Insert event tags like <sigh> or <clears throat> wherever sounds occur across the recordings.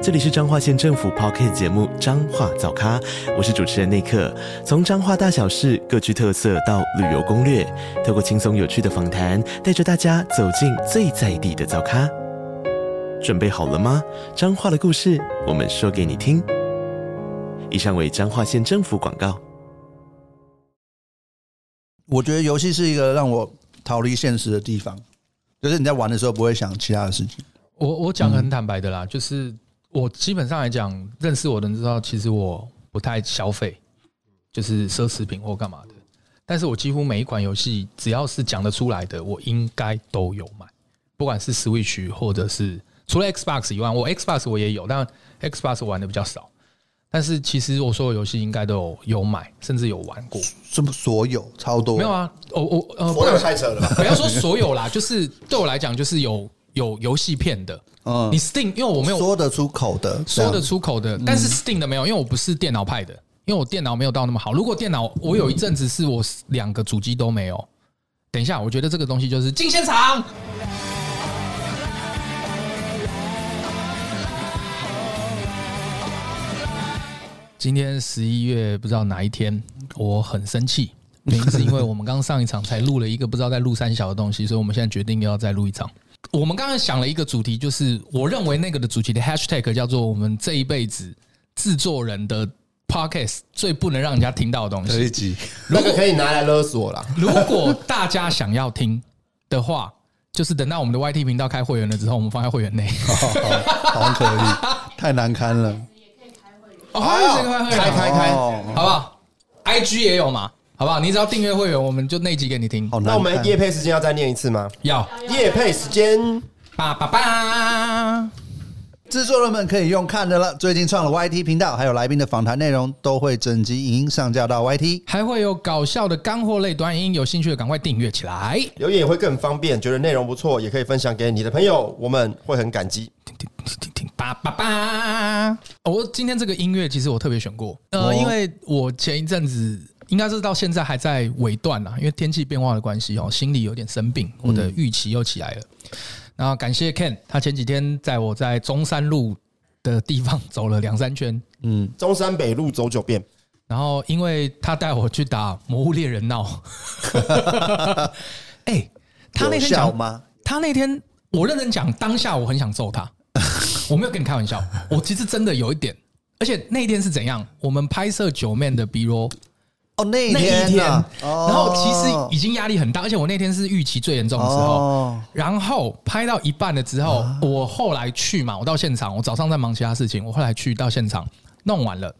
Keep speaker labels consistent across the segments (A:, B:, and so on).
A: 这里是彰化县政府 p o c k t 节目《彰化早咖》，我是主持人内克。从彰化大小事各具特色到旅游攻略，透过轻松有趣的访谈，带着大家走进最在地的早咖。准备好了吗？彰化的故事，我们说给你听。以上为彰化县政府广告。
B: 我觉得游戏是一个让我逃离现实的地方，就是你在玩的时候不会想其他的事情。
C: 我我讲很坦白的啦，就是我基本上来讲，认识我的人知道，其实我不太消费，就是奢侈品或干嘛的。但是我几乎每一款游戏，只要是讲得出来的，我应该都有买，不管是 Switch 或者是除了 Xbox 以外，我 Xbox 我也有，但 Xbox 玩的比较少。但是其实我所有游戏应该都有有买，甚至有玩过。
B: 这么所有超多
C: 没有啊，我我呃，
D: 我有太扯了吧？
C: 不要说所有啦，就是对我来讲，就是有有游戏片的，
B: 嗯
C: 你 Steam，因为我没有
B: 说得出口的，
C: 说得
B: 出
C: 出口的，但是 Steam 的没有，因为我不是电脑派的，因为我电脑没有到那么好。如果电脑，我有一阵子是我两个主机都没有。等一下，我觉得这个东西就是进现场。今天十一月不知道哪一天，我很生气，原因是因为我们刚上一场才录了一个不知道在录三小的东西，所以我们现在决定又要再录一场。我们刚刚想了一个主题，就是我认为那个的主题的 hashtag 叫做我们这一辈子制作人的 podcast 最不能让人家听到的东西。
B: 哎一集，
D: 那个可以拿来勒索啦。
C: 如果大家想要听的话，就是等到我们的 YT 频道开会员了之后，我们放在会员内。
B: 好像可以，太难堪了。
C: 哦，会员开会
D: 开
C: 员，
D: 开开，
B: 哦
C: 好不好？IG 也有嘛，好不好？你只要订阅会员，我们就那集给你听。
B: 好难堪。
D: 那我们夜配时间要再念一次吗？
C: 要
D: 夜配时间，
C: 叭叭叭，
B: 制作人们可以用看的了。最近创了 YT 频道，还有来宾的访谈内容都会整集影音上架到 YT。
C: 还会有搞笑的干货类短音，有兴趣的赶快订阅起来。
D: 留言也会更方便。觉得内容不错，也可以分享给你的朋友，我们会很感激。
C: 听听听叭叭叭！哦我今天这个音乐其实我特别选过，
B: 哦
C: 呃，因为我前一阵子应该是到现在还在尾段啦，因为天气变化的关系哦，心里有点生病，我的预期又起来了。然后感谢 Ken，他前几天在我在中山路的地方走了两三圈，
B: 嗯，
D: 中山北路走九遍，
C: 然后因为他带我去打《魔物猎人闹》，哎，他那
B: 有
C: 天
B: 效
C: 讲
B: 吗？
C: 他那天，我认真讲，当下我很想揍他，我没有跟你开玩笑，我其实真的有一点。而且那一天是怎样？我们拍摄九妹的 B roll
B: 哦，那一
C: 那一
B: 天
C: 天，
B: 啊，
C: 然后其
B: 哦
C: 实已经压力很大，而且我那天是预期最严重的时候。
B: 哦啊
C: 然后拍到一半了之后，我后来去嘛，我到现场，我早上在忙其他事情，我后来去到现场弄完了，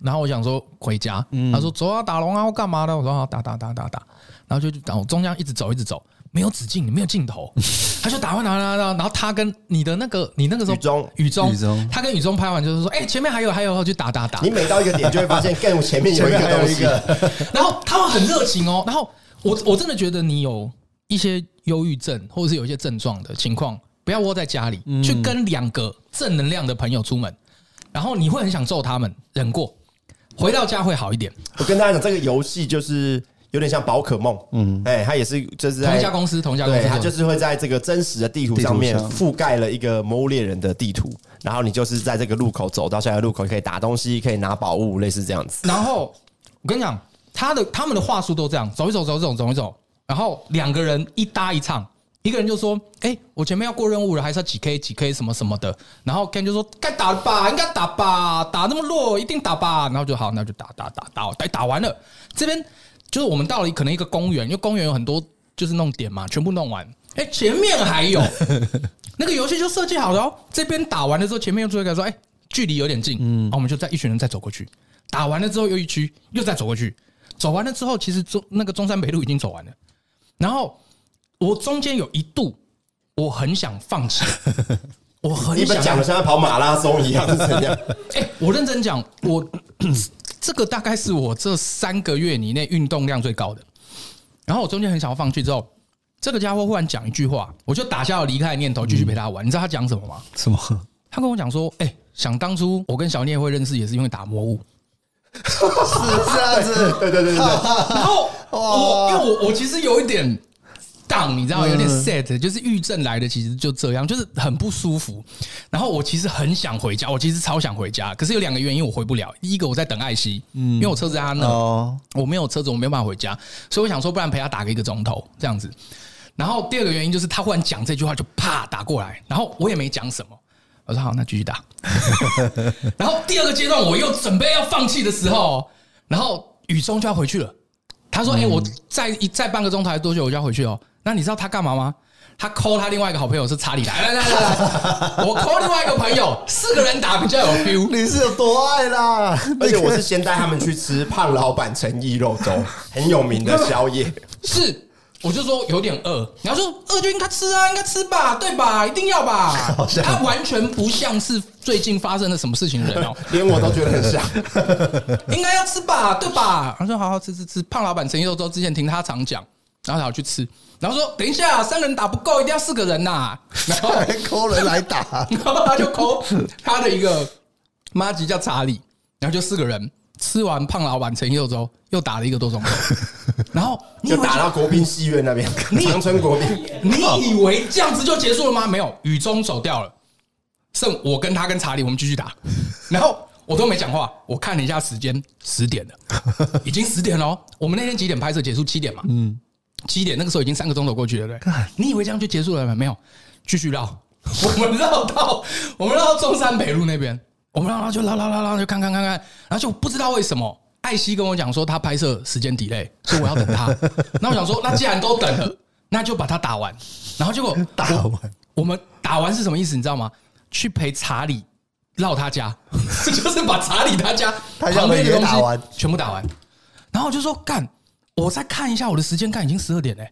C: 然后我想说回家，
B: 嗯
C: 他说走啊打龙啊或干嘛的，我说好打打打打打，然后就去打，我中间一直走一直走，没有止境，没有尽头， <laughs> 他就打完打完打完打完，然后他跟你的那个你那个时候
D: 雨中
C: 雨中
B: 雨中
C: 他跟雨中拍完就是说，哎、前面还有还有，就打打打，
D: 你每到一个点就会发现更前面有一个
B: <laughs>
D: 东西。
B: 啊
C: <laughs> 然后他们很热情哦。然后我我真的觉得你有一些忧郁症或者是有一些症状的情况，不要窝在家里，去跟两个正能量的朋友出门，然后你会很想揍他们，忍过，回到家会好一点。
D: 我跟大家讲，这个游戏就是有点像宝可梦，嗯，哎，它也是就是
C: 同
D: 在
C: 一家公司，同一家公
D: 对，
C: 司
D: 它
C: 做的，
D: 就是会在这个真实的地图上面
B: 地图上
D: 覆盖了一个《魔物猎人》的地图，然后你就是在这个路口走到下一个路口，可以打东西，可以拿宝物，类似这样子。
C: 然后我跟你讲，他的他们的话术都这样，走一走，走一走，走一走，然后两个人一搭一唱。一个人就说：“哎、我前面要过任务了，还是要几 K 几 K 什么什么的。”然后 Ken 就说：“该打了吧，应该打吧，打那么弱，一定打吧。”然后就好，那就打打打打，哎，打完了。这边就是我们到了可能一个公园，因为公园有很多就是弄点嘛，全部弄完。哎、前面还有，那个游戏就设计好了哦。这边打完的时候，前面又做一个说，哎、距离有点近，嗯，然后我们就再一群人再走过去。打完了之后又一区，又再走过去。走完了之后，其实中那个中山北路已经走完了。然后我中间有一度，我很想放
D: <laughs>
C: 弃，我
D: 啊你
C: 很
D: 们
C: 想
D: 讲的像在跑马拉松一样是怎样？
C: 哎、我认真讲，我这个大概是我这三个月以内运动量最高的。然后我中间很想要放弃之后，这个家伙忽然讲一句话，我就打消了离开的念头，继续陪他玩。你知道他讲什么吗？
B: 嗯什么？
C: 他跟我讲说：“哎、想当初我跟小聂会认识，也是因为打魔物。
B: <laughs> 是啊这样
D: <laughs>
B: 子，对对对对，”
C: 然后我
B: 哇
C: 因为我我其实有一点 down，你知道，有点
B: 嗯
C: sad，就是郁症来的，其实就这样，就是很不舒服。然后我其实很想回家，我其实超想回家，可是有两个原因我回不了。第一个我在等艾希，因为我车子在他那，
B: 哦，
C: 我没有车子，我没有办法回家，所以我想说，不然陪他打个一个钟头这样子。然后第二个原因就是他忽然讲这句话就啪打过来，然后我也没讲什么，我说好，那继续打。然后第二个阶段我又准备要放弃的时候，然后雨中就要回去了。他说：“哎、我再一再半个钟头还是多久我就要回去哦？那你知道他干嘛吗？他 call 他另外一个好朋友是查理来来来来来，我 call 另外一个朋友，四个人打比较有 feel。
B: 你是有多爱啦？
D: 而且我是先带他们去吃胖老板诚意肉粥，很有名的宵夜。
B: <laughs>
C: 是，我就说有点饿，你要说饿就应该吃啊，应该吃吧，对吧？一定要吧。他完全不像是最近发生了什么事情的人哦，
D: 连我都觉得很像。
C: 应该要吃吧，对吧？他说好好吃吃吃。胖老板陈一肉粥之前听他常讲，然后他要去吃，然后说等一下三个人打不够，一定要四个人呐、然后
B: 还抠人来打，
C: 然后他就抠他的一个妈吉叫查理，然后就四个人吃完胖老板陈一肉粥，又打了一个多钟头，然后你以
D: 就
C: 为
D: 打到国宾戏院那边，长春国宾。
C: 你以为这样子就结束了吗？没有，雨中走掉了，剩我跟他跟查理，我们继续打。然后我都没讲话，我看了一下时间，十点了，已经十点了哦。我们那天几点拍摄结束？七点嘛。嗯，七点那个时候已经三个钟头过去了，对不对。你以为这样就结束了吗？没有，继续绕。 <laughs> 我们绕到我们绕到中山北路那边，我们绕绕就绕绕绕绕就看看看看，然后就不知道为什么。艾希跟我讲说，他拍摄时间 delay，所以我要等他。 <laughs> 那我想说，那既然都等了，那就把他打完。然后结果
B: 打完
C: 我们打完是什么意思？你知道吗？去陪查理绕他家， <laughs> 就是把查理他家
B: 他家
C: 旁边的
B: 也
C: 东
B: 打完
C: 西全部打完。然后我就说干，我再看一下我的时间，干已经十二点嘞、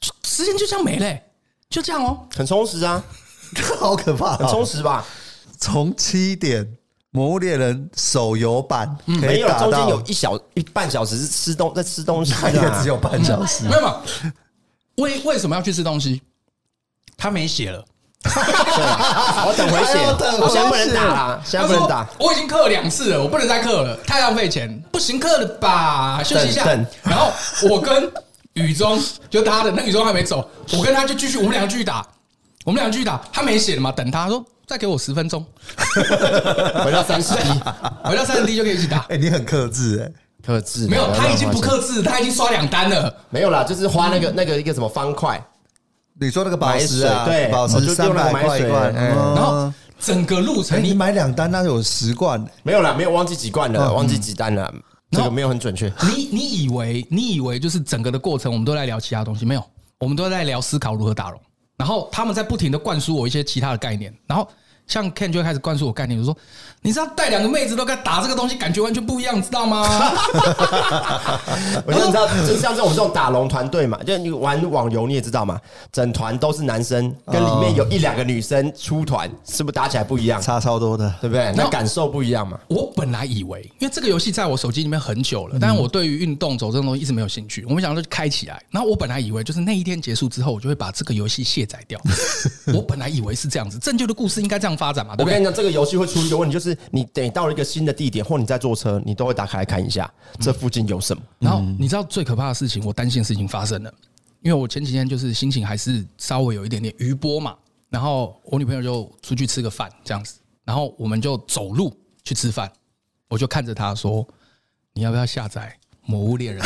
C: 就时间就这样没嘞、欸就这样哦。
D: 很充实啊，
B: 好可怕
D: 很充
B: 哦！
D: 实吧？
B: 从七点《魔物猎人》手游版可
D: 嗯没
B: 以
D: 有，
B: 打
D: 中间
B: 到，
D: 有一小一半小时是吃东在吃东西
B: <laughs> 大概
D: 啊
B: 只。有半小时
C: 没。有嘛？为为什么要去吃东西？他没写了，
D: 我等回血
B: 哎呦等，回
D: 我现在不能
B: 血
D: 打啦，现在不能打
C: 他。说我已经刻了两次了，我不能再刻了，太浪费钱，不行，刻了吧，休息一下
D: 等等。
C: 然后我跟雨中就他的，那雨中还没走，我跟他就继续，我们俩继续打，我们俩继续打，他没写了嘛，等他他说再给我十分钟，
D: 回到三十一，
C: 回到三十 D 就可以一起打。
B: 哎，你很克制哎。
D: <laughs> 克制
C: 没有，他已经不，克制，他已经刷两单了，
D: 没有啦，就是花那个那个一个什么方块，
B: 你说那个宝石啊，
D: 买水对
B: 宝
D: 我
B: 石
D: 就
B: 三
D: 用那
B: 百
D: 个买
B: 块一
D: 水
B: 罐，
D: 的嗯
B: 嗯
C: 然后整个路
B: 哎，
C: 程
B: 你
C: 你
B: 买两单，那有十罐，
D: 没有啦，没有忘记几罐了，
B: 嗯
D: 忘记几单了，这个没有很准确。
C: 你你以为你以为就是整个的过程，我们都在聊其他东西，没有，我们都在聊思考如何打龙。然后他们在不停的灌输我一些其他的概念，然后像 Ken 就会开始灌输我概念，就说你知道带两个妹子都该打这个东西，感觉完全不一样，知道吗？ <laughs>
D: <laughs> 我就知道，就是像这种这种打龙团队嘛，就你玩网游你也知道嘛，整团都是男生，跟里面有一两个女生出团，是不是打起来不一样？
B: 差超多的。
D: 对不对？
C: 然
D: 那
C: 后
D: 感受不一样嘛。
C: 我本来以为，因为这个游戏在我手机里面很久了，但是我对于运动走这种东西一直没有兴趣。我们想要就开起来，然后我本来以为就是那一天结束之后，我就会把这个游戏卸载掉。我本来以为是这样子，正确的故事应该这样发展嘛，对
D: 我
C: 不
D: 跟
C: 对
D: 你？讲，这个游戏会出一个问题，就是你等你到了一个新的地点，或你在坐车，你都会打开来看一下这附近有什么。
C: 然后你知道最可怕的事情，我担心的事情发生了，因为我前几天就是心情还是稍微有一点点余波嘛，然后我女朋友就出去吃个饭这样子，然后我们就走路去吃饭，我就看着她说：“你要不要下载《魔物猎人》？”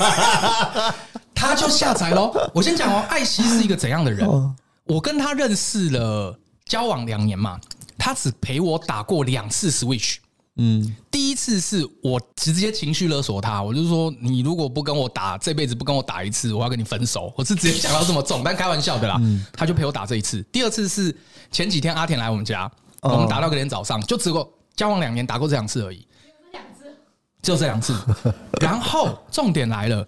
C: <laughs> 她就下载喽。我先讲哦，艾希是一个怎样的人？我跟她认识了交往两年嘛，她只陪我打过两次 Switch。第一次是我直接情绪勒索他，我就说你如果不跟我打，这辈子不跟我打一次，我要跟你分手。我是直接讲到这么重，但开玩笑的啦。他就陪我打这一次。第二次是前几天阿田来我们家，嗯我们打到隔天早上，就只过交往两年打过这两次而已，只有这 <laughs> 两次。然后重点来了，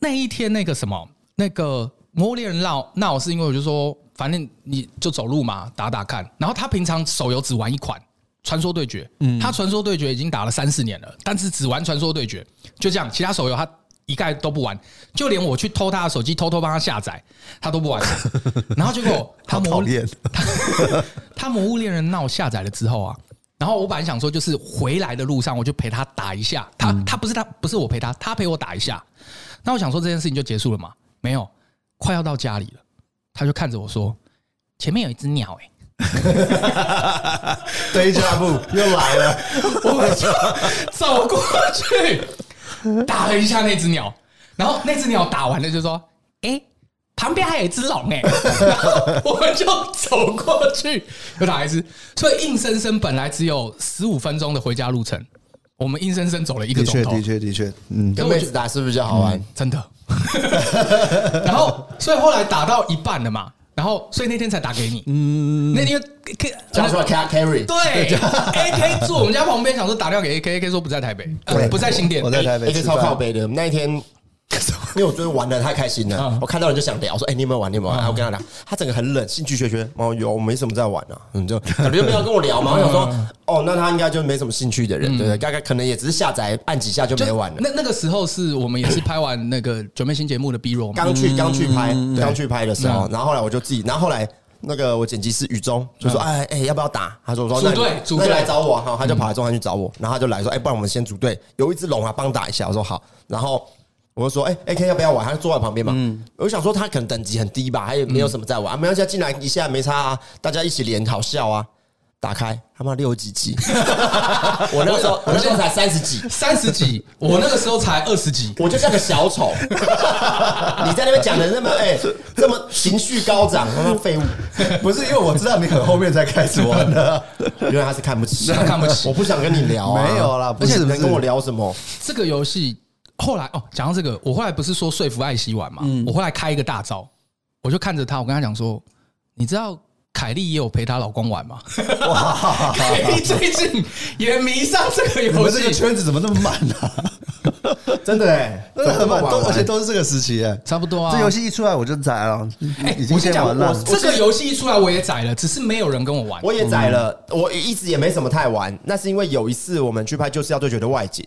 C: 那一天那个什么那个魔物猎人闹闹是因为我就说，反正你就走路嘛，打打看。然后他平常手游只玩一款。传说对
B: 嗯
C: 决，他传说对决已经打了三四年了，但是只玩传说对决，就这样，其他手游他一概都不玩，就连我去偷他的手机，偷偷帮他下载，他都不
B: <laughs>
C: 玩。然后结果他
B: 好
C: 魔
B: 讨
C: 物
B: 厌，
C: <laughs> 他魔物猎人闹下载了之后啊，然后我本来想说，就是回来的路上我就陪他打一下，他、
B: 嗯
C: 他不是他不是我陪他，他陪我打一下。那我想说这件事情就结束了嘛？没有，快要到家里了，他就看着我说，前面有一只鸟 <laughs> 哎、欸
D: 对家布又来了，
C: 我就走过去打了一下那只鸟，然后那只鸟打完了就说：“哎、旁边还有一只龙哎。” <laughs> 然后我们就走过去又打一只，所以硬生生本来只有十五分钟的回家路程，我们硬生生走了一个
B: 的
C: 钟
B: 确，
C: 头，
B: 的确，的确，嗯，
D: 跟妹子打是不是比较好玩？
C: 嗯真
D: <laughs>
C: 的。然后，所以后来打到一半了嘛，然后所以那天才打给你，嗯，那天可以
D: 叫出来 carry，
C: 呃对，AK 住我们家旁边，想说打电话给 AK，AK 说不在台北，呃
B: 对
C: 不在新店哎
B: 我。在台北
D: 一个
B: 吃
D: 哎超
B: 饭
D: 靠北的。那
B: <laughs>
D: 一天，因为我昨天玩的太开心了
C: 嗯，
D: 我看到人就想聊，我说：“哎，你有没有玩？你
B: 嗯
D: 有没有玩？”然后我跟他聊，他整个很冷，兴趣缺缺。哦，有，我没什么在玩啊，嗯，就感觉没有跟我聊嘛。我想说，
B: 嗯
D: 哦，那他应该就没什么兴趣的人，对不对？大概可能也只是下载按几下就没玩了。
C: 那那个时候是我们也是拍完那个九妹新节目的 B roll 嘛，
D: 刚去刚去拍刚去拍的时候，然后后来我就自己，然后后来。那个我剪辑师雨中就说：“哎哎，要不要打？”他说：“我说
C: 组
D: 那你
C: 队组
D: 那
C: 队
D: 你来找我哈。”他就跑来中山去找我，然后他就来说：“哎，不然我们先组队，有一只龙啊，帮打一下。”我说：“好。”然后我就说：“哎，A K 要不要玩？”他就坐在旁边嘛。我就想说他可能等级很低吧，他也没有什么在玩，啊没关系，他进来一下没差啊，大家一起连好笑啊。打开他妈六几级，我那时候我那时候才三十几，
C: 三十几，我那个时候才二十几，
D: 我就像个
B: <laughs>
D: 小丑。你在那边讲的那么哎、这么情绪高涨，他妈废物！
B: 不是因为我知道你很后面才开始玩的，
D: 原来他是看不
B: <laughs>
D: 起，
C: 他看不起
D: 我不想跟你聊、啊，
B: 没有啦不
D: 而
B: 是
D: 且你
B: 不
D: 能
B: 是
D: 跟我聊什么？
C: 这个游戏后来哦，讲到这个，我后来不是说说服艾希玩嘛，
B: 嗯
C: 我后来开一个大招，我就看着他，我跟他讲说，你知道。凯莉也有陪她老公玩吗？ <laughs> 凯莉最近也迷上这个
B: 你
C: 游
B: 们这个
C: 戏，
B: 圈子怎么那么慢呢？
D: 真的哎、
B: 真的很慢，<laughs>
D: 晚
B: 都而且都是这个时期哎。
C: 差不多啊。哎
B: 这游戏一出来我就宰了，已经
C: 我先
B: 先
C: 讲
B: 玩了。
C: 这个游戏一出来我也宰了，只是没有人跟我玩。
D: 我也宰了，我一直也没什么太玩。那是因为有一次我们去拍《就是要对决》的外景，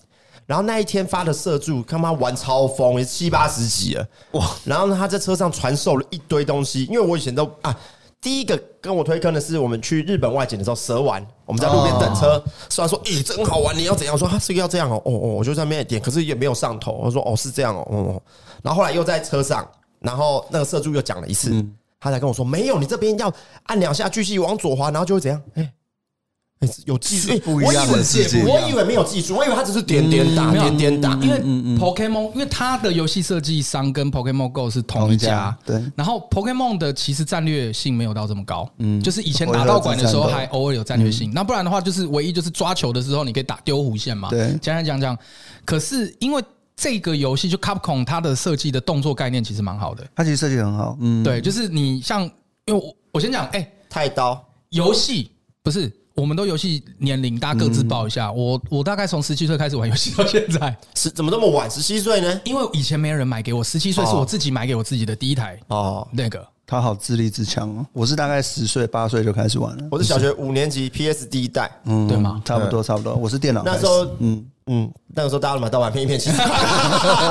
D: 然后那一天发的社助他妈玩超疯，也七八十级了哇！然后呢，他在车上传授了一堆东西，因为我以前都啊。第一个跟我推坑的是我们去日本外景的时候，蛇丸，我们在路边等车，虽然说，咦、真好玩，你要怎样？我说他这个要这样哦，哦哦，我就在那边点，可是也没有上头。我说哦是这样哦，哦哦。然后后来又在车上，然后那个社助又讲了一次，他才跟我说没有，你这边要按两下继续往左滑，然后就会怎样？哎、哎有技术、哎
B: 不一样的嗯
D: 我以为
B: 世界
D: 我以为没有技术，我以为他只是点点打、
C: 没有
D: 点点打，
C: 因为 Pokemon，因为它的游戏设计商跟 Pokemon Go 是同
B: 同
C: 一家，
B: 一家对
C: 然后 Pokemon 的其实战略性没有到这么高，嗯，就是以前
B: 偶尔
C: 打
B: 有
C: 道馆的时候
B: 自战斗
C: 还偶尔有战嗯略性，那不然的话就是唯一就是抓球的时候你可以打丢弧线嘛，
B: 对
C: 讲讲讲讲。可是因为这个游戏就 Capcom 它的设计的动作概念其实蛮好的，
B: 它其实设计很好，嗯，
C: 对，就是你像，因为我我先讲，哎、
D: 太刀。
C: 游戏不是。我们都游戏年龄，大家各自报一下。我我大概从十七岁开始玩游戏到现在，
D: 是怎么这么晚？十七岁呢？
C: 因为以前没人买给我，十七岁是
B: 哦
C: 我自己买给我自己的第一台
D: 哦，
C: 那个。
B: 他好自立自强哦。我是大概十岁八岁就开始玩了，
D: 我是小学五年级 PS 第一代，
B: 嗯
C: 对吗
B: 差不多差不多，我是电脑开
D: 那
B: 始。
D: 时候，嗯嗯，那个时候大家都买盗版片一片 <laughs> 七十块，
B: <laughs>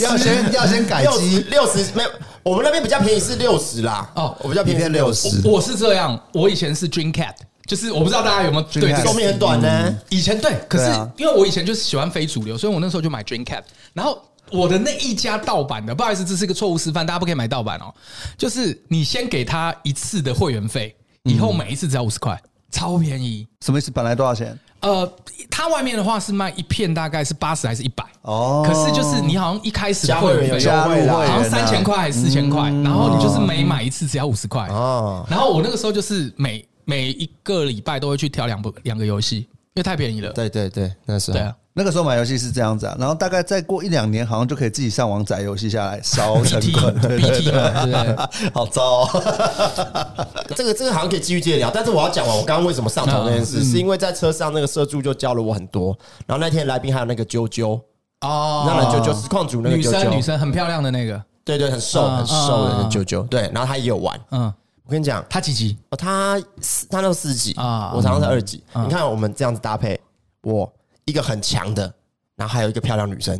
B: 要先要先改
D: 六十
B: 机，
D: 六十没有，我们那边比较便宜是六十啦。
C: 哦
D: 哦，我比较便宜是六十，
C: 我我是这样，我以前是 Dreamcat，就是我不知道大家有没有对
B: Dreamcat
C: 这
D: 寿
C: 个
D: 命很短呢。
C: 以前对，可
B: 对
C: 是
B: 啊
C: 因为我以前就是喜欢非主流，所以我那时候就买 Dreamcat，然后。我的那一家盗版的，不好意思，这是一个错误示范，大家不可以买盗版哦。就是你先给他一次的会员费，以
B: 嗯
C: 后每一次只要五十块，超便宜。
B: 什么意思？本来多少钱？
C: 呃，它外面的话是卖一片大概是八十还是一百
B: 哦
C: 可是就是你好像一开始的
D: 加
C: 会
D: 会
C: 员
D: 员
C: 费
D: 加入会
C: 好像
B: 员
C: 三千块还是四千块，然后你就是每买一次只要五十块
D: 嗯哦
C: 然后我那个时候就是每每一个礼拜都会去挑两部两个游戏，因为太便宜了。
D: 对对对，那时
C: 对啊，
B: 那个时候买游戏是这样子啊，然后大概再过一两年，好像就可以自己上网载游戏下来烧成
C: BT
B: 本，对对
C: BT
D: 啊
C: 嘛，对不
D: <laughs>
C: 对？
B: 对，好糟哦。
D: 这个这个好像可以继续接着聊，但是我要讲完我刚刚为什么上头那件
C: 嗯
D: 事，是因为在车上那个社助就教了我很多，然后那天来宾还有那个啾啾，
C: 哦，
D: 那个啾啾实况组那个
C: 女
D: 啾
C: 生女
D: 啾，
C: 生很漂亮的那个，
D: 对对，很瘦
C: 嗯
D: 很瘦的那
C: 嗯
D: 个啾啾，对，然后他也有玩，
C: 嗯，
D: 我跟你讲，
C: 她几级？
D: 哦，他四他那个四级
C: 啊
D: 啊，我常常是二级。
C: 嗯
D: 你看我们这样子搭配，我一个很强的，然后还有一个漂亮女生，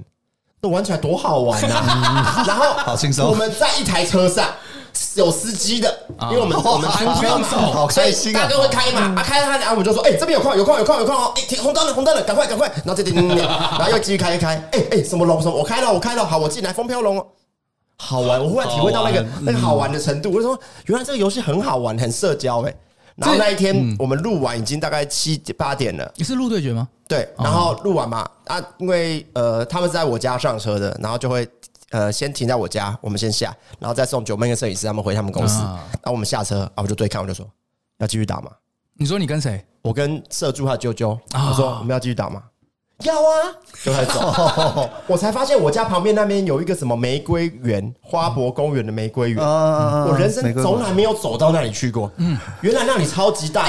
D: 那玩起来多好玩
C: 嗯
D: 啊！ <laughs> 然后
B: 好轻松
D: 我们在一台车上。有司机的，
C: 啊
D: 因为我们我
C: <laughs>
D: 们
C: 还不用走
B: 好开心啊
D: 所以大哥会开嘛，啊开他，然后我们就说，哎，这边有空，有空，有空，有空哦，哎，停红灯了，红灯了，赶快，赶快，然后再叮叮叮，
B: <laughs>
D: 叮然后又继续开，开，哎哎，什么龙什么，我开了，我开了，好，我进来，风飘龙哦，好玩，我忽然体会到那个那个好玩的程度，我就说，原来这个游戏很好玩，很社交哎。然后那一
B: 嗯
D: 天我们录完已经大概七八点了，
C: 你是陆队决吗？
D: 对，然后录完嘛，啊，因为呃，他们是在我家上车的，然后就会呃先停在我家，我们先下，然后再送九妹跟摄影师他们回他们公司，
C: 啊
D: 然后我们下车，啊，我就对看，我就说要继续打吗？
C: 你说你跟谁？
D: 我跟社助还有啾啾，
C: 啊
D: 我说我们要继续打吗？要啊，就开始走。我才发现我家旁边那边有一个什么玫瑰园，花博公园的玫瑰园，
B: 啊
D: 我人生从来没有走到那里去过。嗯，原来那里超级大，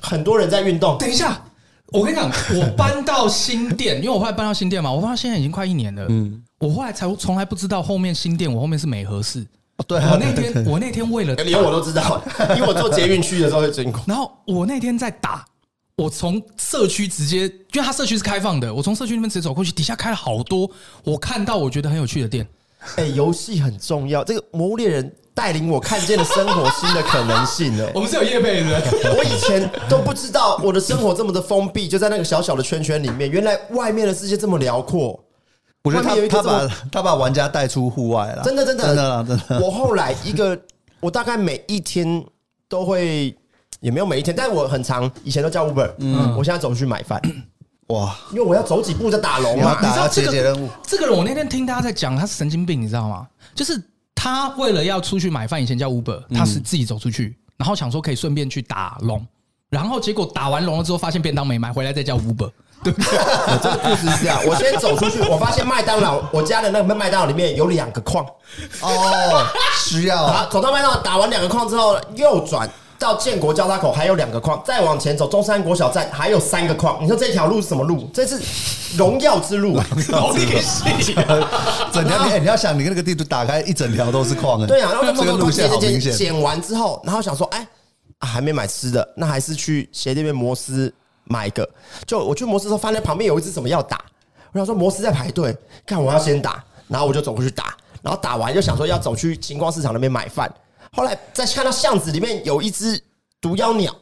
D: 很多人在运动。
C: 等一下，我跟你讲，我搬到新店， <laughs> 因为我后来搬到新店嘛，我搬到新店已经快一年了。嗯，我后来才从来不知道后面新店，我后面是美和 <laughs> 市。
B: 对啊
C: 我那天我那天为了
D: 连我都知道， <laughs> 因为我坐捷运去的时候会经过。
C: 然后我那天在打，我从社区直接，因为他社区是开放的，我从社区那边直接走过去，底下开了好多我看到我觉得很有趣的店。
D: 哎、游戏很重要，这个《魔物猎人》带领我看见了生活新的可能性哎呢、
C: 我们是有业配的，
D: <laughs> 我以前都不知道我的生活这么的封闭，就在那个小小的圈圈里面，原来外面的世界这么辽阔。
B: 我觉得
D: 外面有一
B: 他他
D: 个这么
B: 把他把玩家带出户外了，
D: 真啊的真的啊
B: 真的啦，真的。
D: 我后来一个，我大概每一天都会，也没有每一天，但 <laughs> 我很常以前都叫 Uber，嗯，我现在走去买饭，
B: 哇，
D: 因为我要走几步就打龙
B: 你要
D: 嘛。
B: 打要
C: 这
B: 解
C: 个
B: 解任务，
C: 这个人我那天听他在讲，他是神经病，你知道吗？就是他为了要出去买饭，以前叫 Uber，他
D: 嗯
C: 是自己走出去，然后想说可以顺便去打龙，然后结果打完龙了之后，发现便当没买，回来再叫 Uber。
D: 我这个故事是这样， <laughs> 我先走出去，我发现麦当劳，我家的那个麦当劳里面有两个矿。
B: 哦， <laughs> 需要
D: 打走到麦当劳打完两个框之后，右转到建国交叉口还有两个框，再往前走中山国小站还有三个框。你说这条路是什么路？这是荣耀之路。 <laughs>
B: <laughs> 整条你哎你要想你那个地图打开一整条都是矿哎，
D: 啊对啊，然后就
B: 这个路线好明显，
D: 剪完之后，然后想说，哎、啊还没买吃的，那还是去斜对面摩斯买一个。就我去摩斯的时候，发现旁边有一只什么要打，我想说摩斯在排队，看我要先打，然后我就走过去打，然后打完又想说要走去晴光市场那边买饭。后来再看到巷子里面有一只毒妖鸟，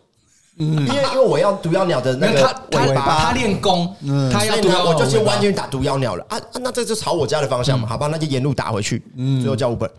D: 嗯，因为因为我要毒妖鸟的 <laughs> 那
C: 那他
D: 个
C: 他
D: 尾巴，嗯
C: 他练功，他
D: 所
C: 要啊
D: 以
C: 读
D: 呢，
C: 到
D: 我就先
C: 尾巴
D: 弯进去打毒妖鸟了啊啊！那这就朝我家的方向嘛，好吧，那就沿路打回去，最后叫 Uber。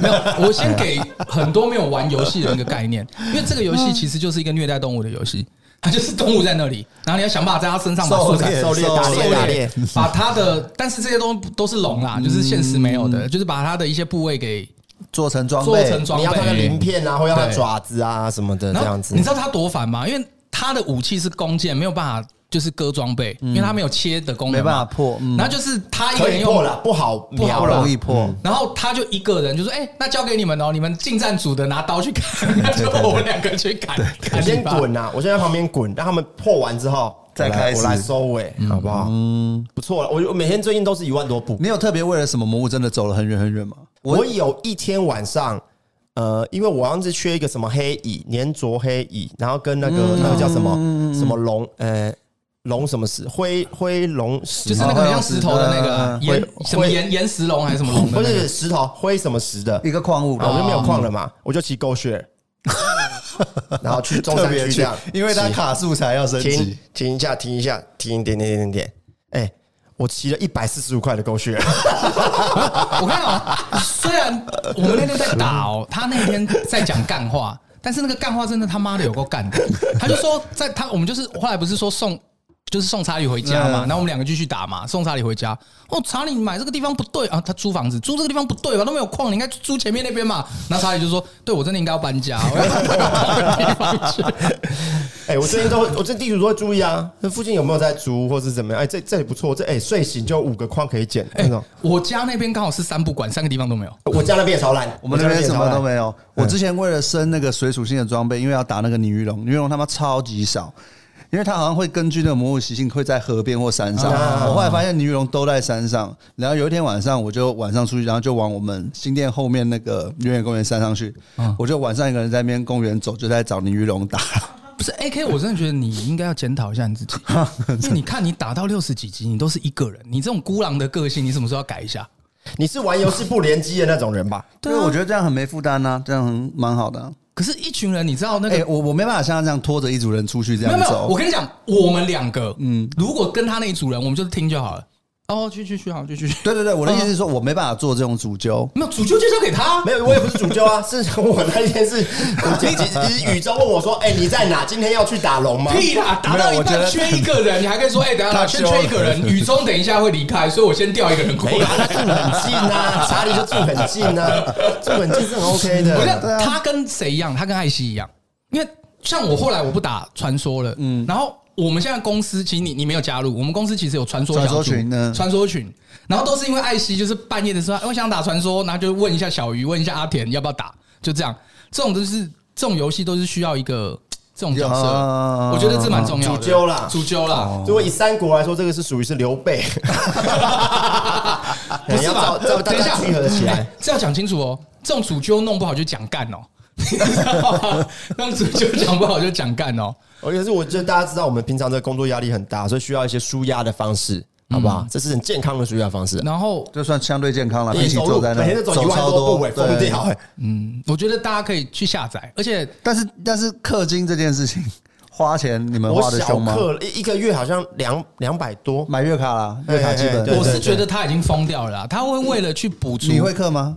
C: 没有，我先给很多没有玩游戏的人一个概念，因为这个游戏其实就是一个虐待动物的游戏，它就是动物在那里，然后你要想办法在它身
D: <laughs>
C: 上把
B: 狩
C: 素
B: 猎
C: 材
D: 狩猎打猎打猎，
C: 把它的，但是这些东西都是龙
D: 嗯
C: 啦，就是现实没有的，就是把它的一些部位给
B: 做成装
C: 做
B: 备，
C: 成装
D: 你要它的
C: 备。
D: 鳞片啊，或要它
C: 对
D: 爪子啊什么的这
C: 然后
D: 样子。
C: 你知道它多烦吗？因为它的武器是弓箭，没有办法就是割装备，
D: 嗯
C: 因为它没有切的功能
B: 没
C: 嘛，
B: 办法破嗯
C: 然后就是它一个
D: 可
C: 人
D: 以
C: 用
D: 破了，不好嗯
C: 不好
D: 瞄
B: 不
D: 了
B: 容易破。
C: 然后他就一个人就说：“哎、那交给你们哦，你们近战组的拿刀去
D: <laughs>
C: 砍，那就我们两个去砍，
D: 我
C: 砍
D: 先
C: 吧。
D: 滚啊！我先在旁边滚，让他们破完之后
B: 再
D: 我来
B: 开始
D: 我来收尾，好不好？嗯，不错了。我我每天最近都是一万多步。
B: 你有特别为了什么魔物真的走了很远很远吗？
D: 我有一天晚上，呃，因为我好像是缺一个什么黑蚁，粘着黑蚁，然后跟那个那个叫什么什么龙，呃，龙什么石，灰灰龙石，哦
C: 就是那个很像石头的那个
B: 嗯
C: 岩、
D: 啊会
C: 什么
D: 会
C: 岩岩石龙还是什么龙的
D: 不
C: 那个
D: 是石头灰什么石的，
B: 一个矿物，嗯
D: 然哦后我就没有矿了嘛，我就骑狗血，然后去中
B: 特
D: 山
B: 别
D: 区这
B: 去
D: 样，，
B: 因为它
D: 骑
B: 卡素材要升
D: 停
B: 级，
D: 停一下，停一下，停一点点点点点，哎。我骑了一百四十五块的狗血，
C: 我看到，虽然我们那天在打哦，他那天在讲干话，但是那个干话真的他妈的有够干的。他就说，在他我们就是后来不是说送。就是送查理回家嘛，然后我们两个继续打嘛，送查理回家。哦，查理，你买这个地方不对啊，他租房子租这个地方不对吧，都没有矿，你应该租前面那边嘛。然后查理就说：“对我真的应该要搬家，我要搬到别的地方去。
D: <laughs> 哎、我最近都会，我这地主都会注意啊，这附近有没有在租或是怎么样？哎、这这里不错，这哎、睡醒就有五个框可以捡、那种。”
C: 我家那边刚好是三不管，三个地方都没有。
D: 我家那边也超烂，
B: 我们那边
D: 也
B: 什
D: 超
B: 么
D: 烂
B: 都。没有。我之前为了升那个水属性的装备，因为要打那个女鱼龙，女鱼龙他妈超级少，因为它好像会根据那个魔物习性会在河边或山上。
C: 啊
B: 我后来发现女鱼龙都在山上，然后有一天晚上我就晚上出去，然后就往我们新店后
C: 嗯
B: 面那个远远公园山上去，我就晚上一个人在那边公园走，就在找女鱼龙打。
C: 不是 AK，我真的觉得你应该要检讨一下你自己，因为你看你打到六十几级，你都是一个人，你这种孤狼的个性，你什么时候要改一下？
D: 你是玩游戏不联机的那种人吧？
C: 啊
B: <laughs> 对，我觉得这样很没负担呐，这样很蛮好的啊。
C: 可是，一群人，你知道那个
B: 哎，我我没办法像他这样拖着一组人出去这
C: 没有
B: 样
C: 没有，我
B: 走。
C: 跟你讲，我们两个，嗯，如果跟他那一组人，我们就是听就好了。哦，去去去，好，去去去。
B: 对对对，我的意思是说，我没办法做这种主揪。
C: 没有主就介绍给他，
D: 没有，我也不是主教啊，是我那一天是，我姐姐是宇宙问我说：“哎、你在哪？今天要去打龙吗？”
C: 屁啦！打到
B: 没有
C: 一
B: 我觉
C: 半
B: 得
C: 缺一个人，你还可以说，哎，等一下
B: 他
C: 先
B: 休
C: 缺一个人，
B: 了
C: 雨中等一下会离开，所以我先调一个人过
D: 没有，
C: 来。
D: 他住很
B: <laughs>
D: 近啊，查理就住很近啊，住很近是很 OK
C: 我
D: 的。
C: 看他跟谁一样？他跟艾希一样，因为像我后来我不打传说了，嗯，然后我们现在公司其实你你没有加入，我们公司其实有传说小组
B: 传说群嗯
C: 传说群，然后都是因为艾希就是半夜的时候，哎我想打传说，然后就问一下小鱼，问一下阿田要不要打，就这样，这种就是这种游戏都是需要一个这种角色，
B: 啊
C: 我觉得这蛮重要的，
D: 主揪啦
C: 主揪
B: 哦
C: 啦，
D: 如果以三国来说，这个是属于是
B: <laughs>
D: 刘备，
C: 不是
D: 要
C: 吧
D: 照照？大
C: 等一
D: 家
C: 下，
D: 聚合起来
C: 哎，这要讲清楚哦。这种主揪弄不好就讲干哦，你知道吗？让主揪讲不好就讲干哦。
D: 而且是我觉得大家知道，我们平常这个工作压力很大，所以需要一些舒压的方式，好不
B: 嗯
D: 好？这是很健康的舒压方式。
C: 然后，
B: 就算相对健康了，比
D: 你
B: 起
D: 走路
B: 坐在那
D: 每天都走一万
B: 超
D: 多步，哎，疯
B: 对
D: 掉哎！
C: 嗯，我觉得大家可以去下载，而且
B: 但是但是氪金这件事情，花钱你们
D: 我
B: 花的
D: 小
B: 凶吗？
D: 克一一个月好像两两百多，
B: 买月卡啦，月卡基
D: 哎哎哎对
B: 本
C: 我是觉得他已经疯掉了啦，他会为了去补足。
B: 你会氪吗？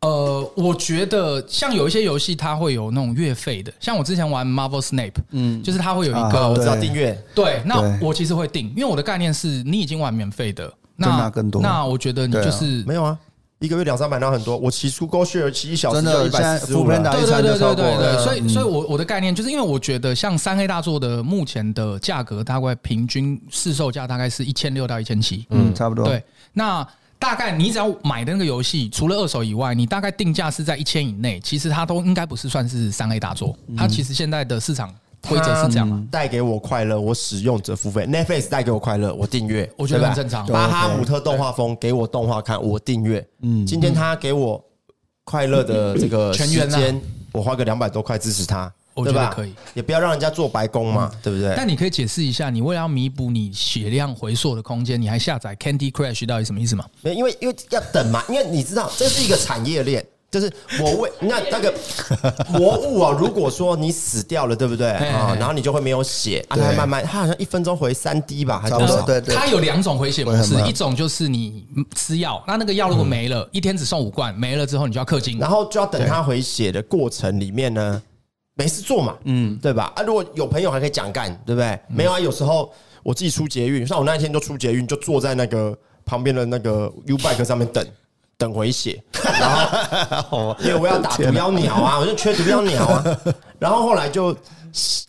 C: 呃，我觉得像有一些游戏，它会有那种月费的，像我之前玩 Marvel Snap，嗯，就是它会有一
B: 啊
C: 个
D: 我知
B: 对
D: 道订阅。
C: 对，那
B: 对
C: 我其实会定，因为我的概念是你已经玩免费的，
B: 就
C: 那
B: 拿更多
C: 那我觉得你
B: 对啊
C: 就是
D: 没有啊，一个月两三百那很多。我骑出 Go Share 骑一小时
B: 真
D: 就
B: 的
D: 一百
B: 现
D: 四
B: 在
D: 十五
B: Foodpanda
D: 了。
B: 打
C: 对
B: 一
C: 对
B: 餐就
C: 对对
B: 超过嗯
C: 对
B: 了
C: 对，所以所以我我的概念就是因为我觉得像三黑大作的目前的价格大概平均市售价大概是一千六到一千七，
B: 嗯，差不多。
C: 对，那大概你只要买的那个游戏，除了二手以外，你大概定价是在一千以内，其实它都应该不是算是三 A 大作，
B: 嗯
C: 它其实现在的市场规则是这样嘛。
D: 带给我快乐，我使用者付费；Netflix 带给我快乐，我订阅，
C: 我觉得
D: 对吧
C: 很正常
D: 巴哈
B: OK
D: 姆特动画风给我动画看，我订阅。嗯，今天他给我快乐的这个
C: 全
D: 时
C: 员啊
D: 间，我花个两百多块支持他，
C: 我
D: 对
C: 觉得
D: 吧？
C: 可以，嗯
D: 也不要让人家做白工嘛，对不对？
C: 但你可以解释一下，你为了要弥补你血量回溯的空间，你还下载 Candy Crush 到底什么意思吗？
D: 没，因为因为要等嘛，因为你知道这是一个产业链，就是我为那那
C: <laughs>
D: 个魔物啊，如果说你死掉了，对不对
C: 嘿
D: 啊
C: 嘿？
D: 然后你就会没有血，啊，
B: 对
D: 它会慢慢，它好像一分钟回三滴吧，还
B: 差不
D: 多
B: 多
D: 少？
B: 对对
C: 它有两种回血模
B: 我
C: 式
B: 很，慢嗯
C: 一种就是你吃药，那那个药如果没了，一天只送五罐，没了之后你就要氪金。
D: 然后就要等他回血的过程里面呢，没事做嘛，嗯，对吧？啊，如果有朋友还可以讲干，对不对？没有啊，有时候我自己出捷运，像我那一天就出捷运，就坐在那个旁边的那个 U bike 上面等。等回血，然后因为我要打毒妖鸟啊，我就缺毒妖鸟啊。然后后来就，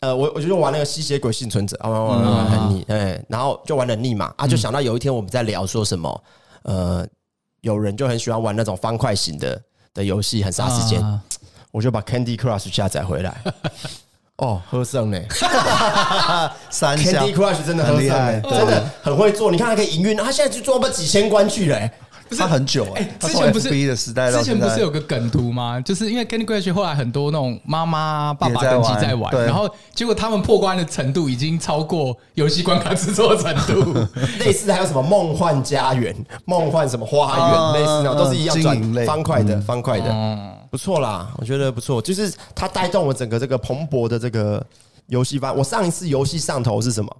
D: 呃，我我就玩那个吸血鬼幸存者，啊，玩玩玩
B: 嗯
D: 玩很腻，哎，然后就玩的腻嘛，啊，就想到有一天我们在聊说什么，呃，有人就很喜欢玩那种方块型的的游戏，很杀时间，
C: 啊
D: 我就把 Candy Crush 下载回来。哦，喝
B: <laughs>
D: 剩呢
B: 三下
D: ，Candy Crush 真的喝剩
B: 很厉害嗯
D: 呢，真的很会做。你看他可以营运，他现在就做到几千关去了欸。
B: 他很久哎、
C: 哎，
B: 他
C: 之
B: 从
C: 前不是
B: FB 的时代到
C: 之前
B: 现
C: 不是
B: 在
C: 有，个梗图吗？就是因为 Candy Crush 后来很多那种妈妈、爸爸
B: 也在
C: 等级
B: 玩
C: 在玩，
B: 对
C: 然后结果他们破关的程度已经超过游戏关卡制作程
B: <laughs>
C: 度。
D: 类似的还有什么梦幻家园、梦幻什么花
B: 啊
D: 园，类似那种都是一样
B: 经营
D: 转
B: 类嗯
D: 方块的方块的，不错啦，我觉得不错，就是它带动我整个这个蓬勃的这个游戏发。我上一次游戏上头是什么？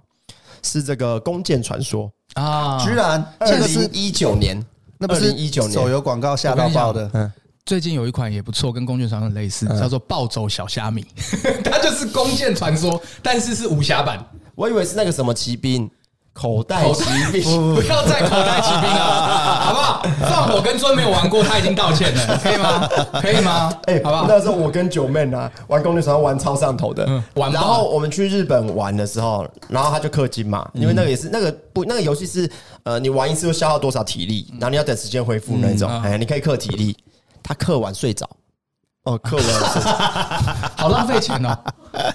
D: 是这个《弓箭传说
C: 啊！
B: 居然》，
D: 二
B: 这个是
D: 零一九年，
B: 那不
D: 二
B: 是
D: 零一九年
B: 手游广告吓到爆的，
C: 最近有一款也不错，跟《弓箭传说》很类
B: 嗯
C: 似，叫做《暴走小虾米》， <laughs> 它就是《弓箭传说》，但是是武侠版。
D: 我以为是那个什么骑兵，口袋骑兵。
C: 不要再口袋骑兵了，好不好？放火跟尊没有玩过，他已经道歉
D: <laughs>
C: 了，可以吗？可以吗？
D: 哎、
C: 好不好？
D: 那时候我跟九妹啊玩攻略时候玩超上头的，
C: 嗯玩爆
D: 然后我们去日本玩的时候，然后他就氪金
C: 嗯
D: 嘛，因为那个也是那个不那个游戏是呃，你玩一次会消耗多少体力，然后你要等时间恢复那种，哎、
C: 嗯
D: 你可以氪体力，他氪完睡着，哦，氪完睡着，
C: 好浪费钱
D: <laughs>
C: 哦，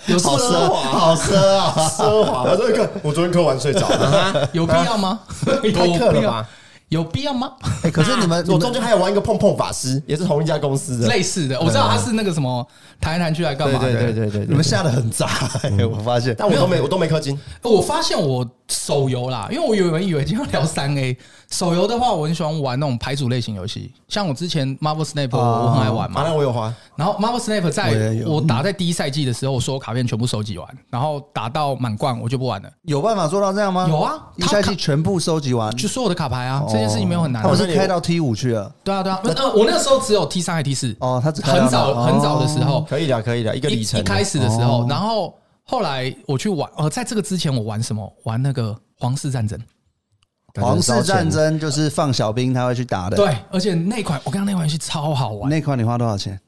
C: 有事
D: 奢
C: 了，
D: 华，嗯好奢啊，
C: <laughs>
D: 奢华。我昨天氪，我昨天氪完睡着，
C: 啊有必要吗？有
D: <laughs> 太
C: 必
D: 氪了
C: 要
D: 吧？
C: 有必要吗？
B: 哎，可是你们，你
D: 我
B: 们
D: 中间还有玩一个碰碰法师，也是同一家公司的。
C: 类似的，我知道他是那个什么弹来弹去来干嘛的。
D: 对对嗯
B: 你们下的很杂，哎我发现。
D: 但我都没我都没氪金，
C: 我发现我手游啦，因为我原本以为今天要聊三 A 手游的话，我很喜欢玩那种牌组类型游戏，像我之前 Marvel Snap 我很爱玩嘛
D: 马。上我有花，
C: 然后 Marvel Snap
B: 我也
C: 在
B: 有
C: 我打在第一赛季的时候，我所有卡片全部收集完，然后打到满贯我就不玩了，
B: 有办法做到这样吗？
C: 有啊
B: 一
C: 他
B: 下季
C: 看
B: 全部收集完，哦
C: 就所有的卡牌啊，这件事情没有很难
B: 他
C: 啊
B: 不。是开到 T 五去了。
C: 对啊对啊，呃，我那时候只有 T 三还 T 四
B: 哦他只开到
C: 很早
B: 那哦
C: 很早的时候，
D: 可以的可以的，一个
C: 一
D: 里程
C: 一
D: 啊。
C: 开始的时候，然后后来我去玩，呃，在这个之前我玩什么？玩那个皇室战争。
D: 感觉
B: 皇
D: 很烧
B: 室
D: 钱
B: 战争就是放小兵他会去打的，，
C: 对，而且那款我刚刚那款游戏超好玩，
B: 那款你花多少钱？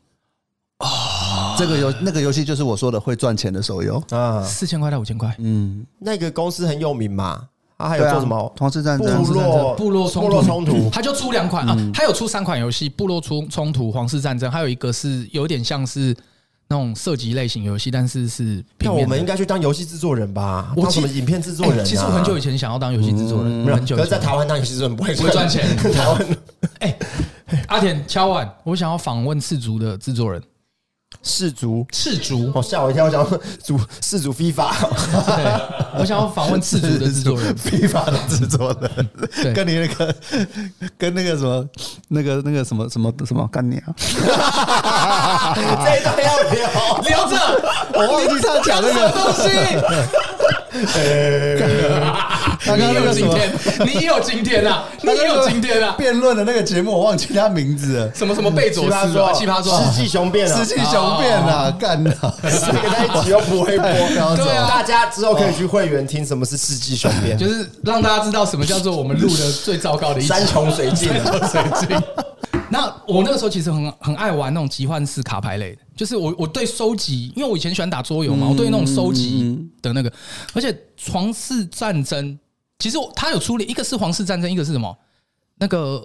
B: 哦，这个游那个游戏就是我说的会赚钱的手游，
D: 啊，
C: 四千块到五千块，
B: 嗯，
D: 那个公司很有名嘛，他还有
B: 对啊
D: 做什么？
B: 皇室战
D: 部
B: 争，。
D: 落
C: 部落冲突，
D: 部落冲突，
C: 它就出两
D: 嗯
C: 款啊，它有出三款游戏，部落冲冲突、皇室战争，还有一个是有点像是那种射击类型游戏，但是是
D: 那
C: 平
D: 我
C: 面的
D: 们应该去当游戏制作人吧？
C: 我
D: 当
C: 其
D: 什
C: 实
D: 么影片制作人啊？
C: 哎其实我很久以前想要当游戏制作人，
D: 没有，
C: 很久
D: 可
C: 以
D: 是在
C: 前。
D: 台湾当游戏制作人不会
C: 不会赚钱
D: 台湾 <laughs>
C: 哎，阿田敲碗，我想要访问赤足的制作人，
D: 氏族，
C: 赤足
D: 哦，吓我一跳，我想说族氏族 FIFA
C: 对，我想要访问赤足的制作人
B: FIFA
D: <laughs>
B: 的制作
C: 对 <laughs>
B: 人，跟你那个跟那个什么那个那个什么什么什么干你
C: <laughs>
B: 啊！
D: 这一段要聊。
C: 留着，我
B: 忘记他讲那个
C: 东西。
B: 刚刚那
C: <laughs> 你有
B: 个什
C: 今
B: 么
C: 天，你有今天啊，你有今天啊，
B: <laughs> 辩论的那个节目，我忘记他名字
C: <laughs>
B: 了，
C: 什么什么贝佐斯啊，奇葩说，
D: 世纪雄辩啊
B: 世，纪雄辩
C: 哦
B: 啊，干的，
D: 这个在一起又不会播
B: 太高
C: 对啊
D: 大家之后可以去会员听什么是世纪雄辩，就
C: 就是是让大家知道什么叫做我们录的最糟糕的一集。
D: 山穷水尽啊。
C: 水晶。那我那个时候其实很很爱玩那种集换式卡牌类的，就是我我对收集，因为我以前喜欢打桌游嘛，我对那种收
B: 嗯
C: 集的那个，而且皇室战争，其实我它有出了一个是皇室战争，一个是什么？那个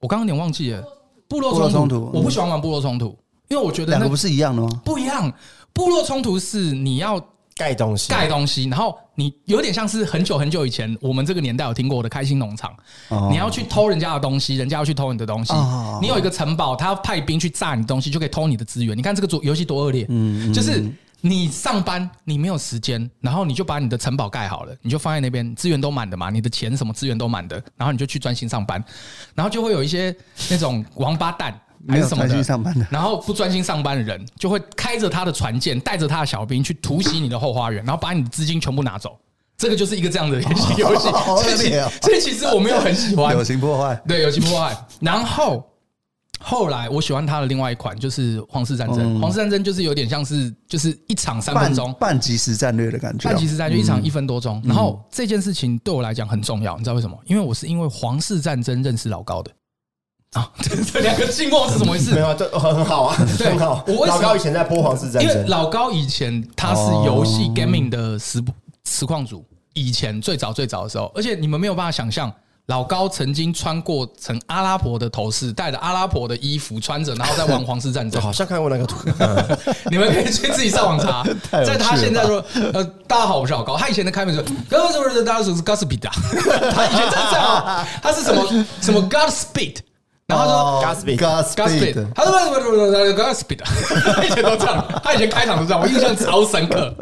C: 我刚刚有点忘记了，部落
B: 部落
C: 冲突。
B: 冲突
C: 我不喜欢玩部落冲突，因为我觉
B: <laughs>
C: 得
B: 两
C: 那
B: 个不是一样的吗？
C: 不一样。部落冲突是你要
D: 盖东西，
C: 盖东西，然后你有点像是很久很久以前我们这个年代有听过的开心农场，
B: 哦
C: 你要去偷人家的东西，人家要去偷你的东西
B: 哦，
C: 你有一个城堡，他派兵去炸你的东西，就可以偷你的资源。你看这个游戏多恶劣，
B: 嗯
C: 就是。你上班，你没有时间，然后你就把你的城堡盖好了，你就放在那边，资源都满的嘛，你的钱什么资源都满的，然后你就去专心上班，然后就会有一些那种王八蛋
B: 没
C: 还是
B: 有
C: 什么
B: 专
C: 的
B: 心上班的，
C: 然后不专心上班的人，就会开着他的船舰，带着他的小兵去突袭你的后花园，然后把你的资金全部拿走。这个就是一个这样的游戏，游戏
B: 好恶
C: 所以其
B: 劣哦
C: 所以其实我没有很喜欢
B: 友，情破坏。
C: 对友情破坏。然后后来我喜欢他的另外一款就是《皇室战争》，《皇室战争》就是有点像是就是一场三分
B: 半
C: 钟，
B: 半即时战略的感觉哦，
C: 但其实战就一场一分多钟。然后这件事情对我来讲很重要，你知道为什么？因为我是因为皇室战争认识老高的。啊， <laughs> 这这两个静默是怎么回事
D: <laughs> 没？有啊，这很好啊，
C: <laughs> 对
D: 很好。
C: 我为什么
D: 老高以前在播皇室战
C: 因为
D: 争，
C: 老高以前他是游
B: 哦
C: 戏 gaming 的实实况组，以前最早最早的时候，而且你们没有办法想象，老高曾经穿过成阿拉伯的头饰，戴着阿拉伯的衣服，穿着然后在玩皇室战争
B: <laughs>
D: 我，好像看过那个图， <laughs>
C: 你们可以去自己上网查
B: <laughs> 太。有趣
C: 在
B: 了
C: 他现在说，呃，大家好，呃我是老高。他以前的开门是 Godspeed，Godspeed，他啊 <laughs> 以前真的这样哦，他是什么什么 Godspeed，然后他
B: 哦
C: 说
D: Godspeed
C: Godspeed，
B: Godspeed，
C: 他说不不不不 Godspeed，他以前都这样，他以前开场都这样，我印象超深
B: <laughs>
C: 刻，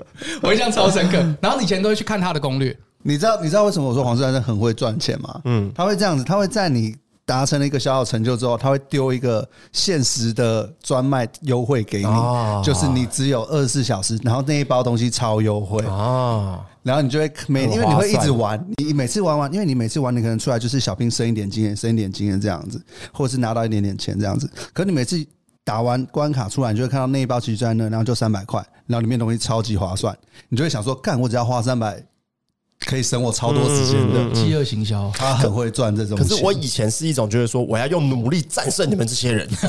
C: 我印象超深刻。然后你以前都会去看他的攻略，
B: 你知道你知道为什么我说黄世安很会赚钱吗？嗯，他会这样子，他会在你达成了一个小小成就之后，他会丢一个限时的专卖优惠给你，
D: 哦
B: 就是你只有二十四小时，然后那一包东西超优惠，
C: 哦
D: 啊，
B: 然后你就会每
D: 很划
B: 因为你会一直玩，你每次玩完，因为你每次玩，你可能出来就是小兵升一点经验，升一点经验这样子，或者是拿到一点点钱这样子。可你每次打完关卡出来，你就会看到那一包其实就在那，然后就三百块，然后里面东西超级划算，你就会想说，干，我只要花三百，可以省我超多时间的。
C: 饥饿行销。
B: 他很会赚这种
D: 嗯可
B: 钱，
D: 是我
B: <laughs>
D: 以前是一种觉得说，我要用努力战胜你们
C: <laughs>
D: 这些人，
B: 你有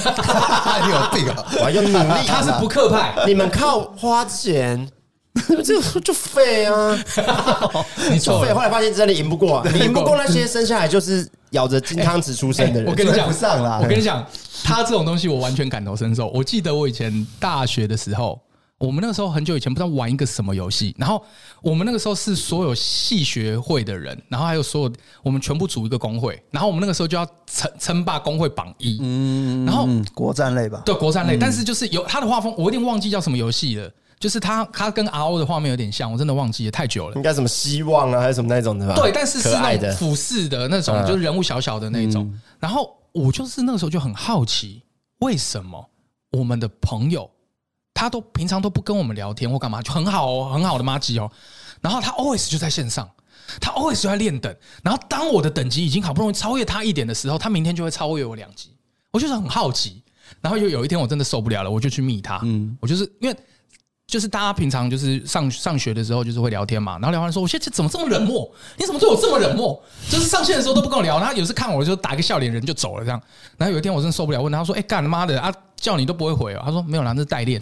B: 病啊！
D: 我要用努力。
C: 他是不克派，
B: 嗯
D: 你们靠花钱， <laughs> 你们这个就废啊，
C: <laughs> 你
D: 就
C: 错
D: 废。
C: 了。
D: 后来发现真的赢不过、
C: <laughs>
D: 啊，你赢不过那些生下来就是咬着金汤匙出生的人。
C: 哎我跟你讲，
B: 追不上啦
C: 我跟你讲，他这种东西我完全感同身受。我记得我以前大学的时候，我们那个时候很久以前不知道玩一个什么游戏，然后我们那个时候是所有系学会的人，然后还有所有我们全部组一个工会，然后我们那个时候就要称称霸工会榜一，嗯，然后
B: 嗯，国战类吧。
C: 对国战类，但是就是有它的画风，我有点忘记叫什么游戏了，就是它它跟 RO 的画面有点像，我真的忘记了太久了
D: 应。该什么希望啊，还是什么那种的吧？
C: 对，但是是
D: 可爱
C: 那种
D: 的，
C: 俯视的那种，
D: 嗯
C: 就是人物小小的那种。然后我就是那个时候就很好奇，为什么我们的朋友他都平常都不跟我们聊天或干嘛，就很好哦，很好的妈鸡哦。然后他 always 就在线上，他 always 就在练等。然后当我的等级已经好不容易超越他一点的时候，他明天就会超越我两级。我就是很好奇。然后又有一天我真的受不了了，我就去密他。嗯，我就是因为。就是大家平常就是上上学的时候就是会聊天嘛，然后聊完说我现在怎么这么冷漠？你怎么对我这么冷漠？就是上线的时候都不跟我聊，然后有时看我就打个笑脸人就走了这样。然后有一天我真的受不了，问他说：“哎、干他妈的啊，叫你都不会回、哦？”他说：“没有啦，那是代练。”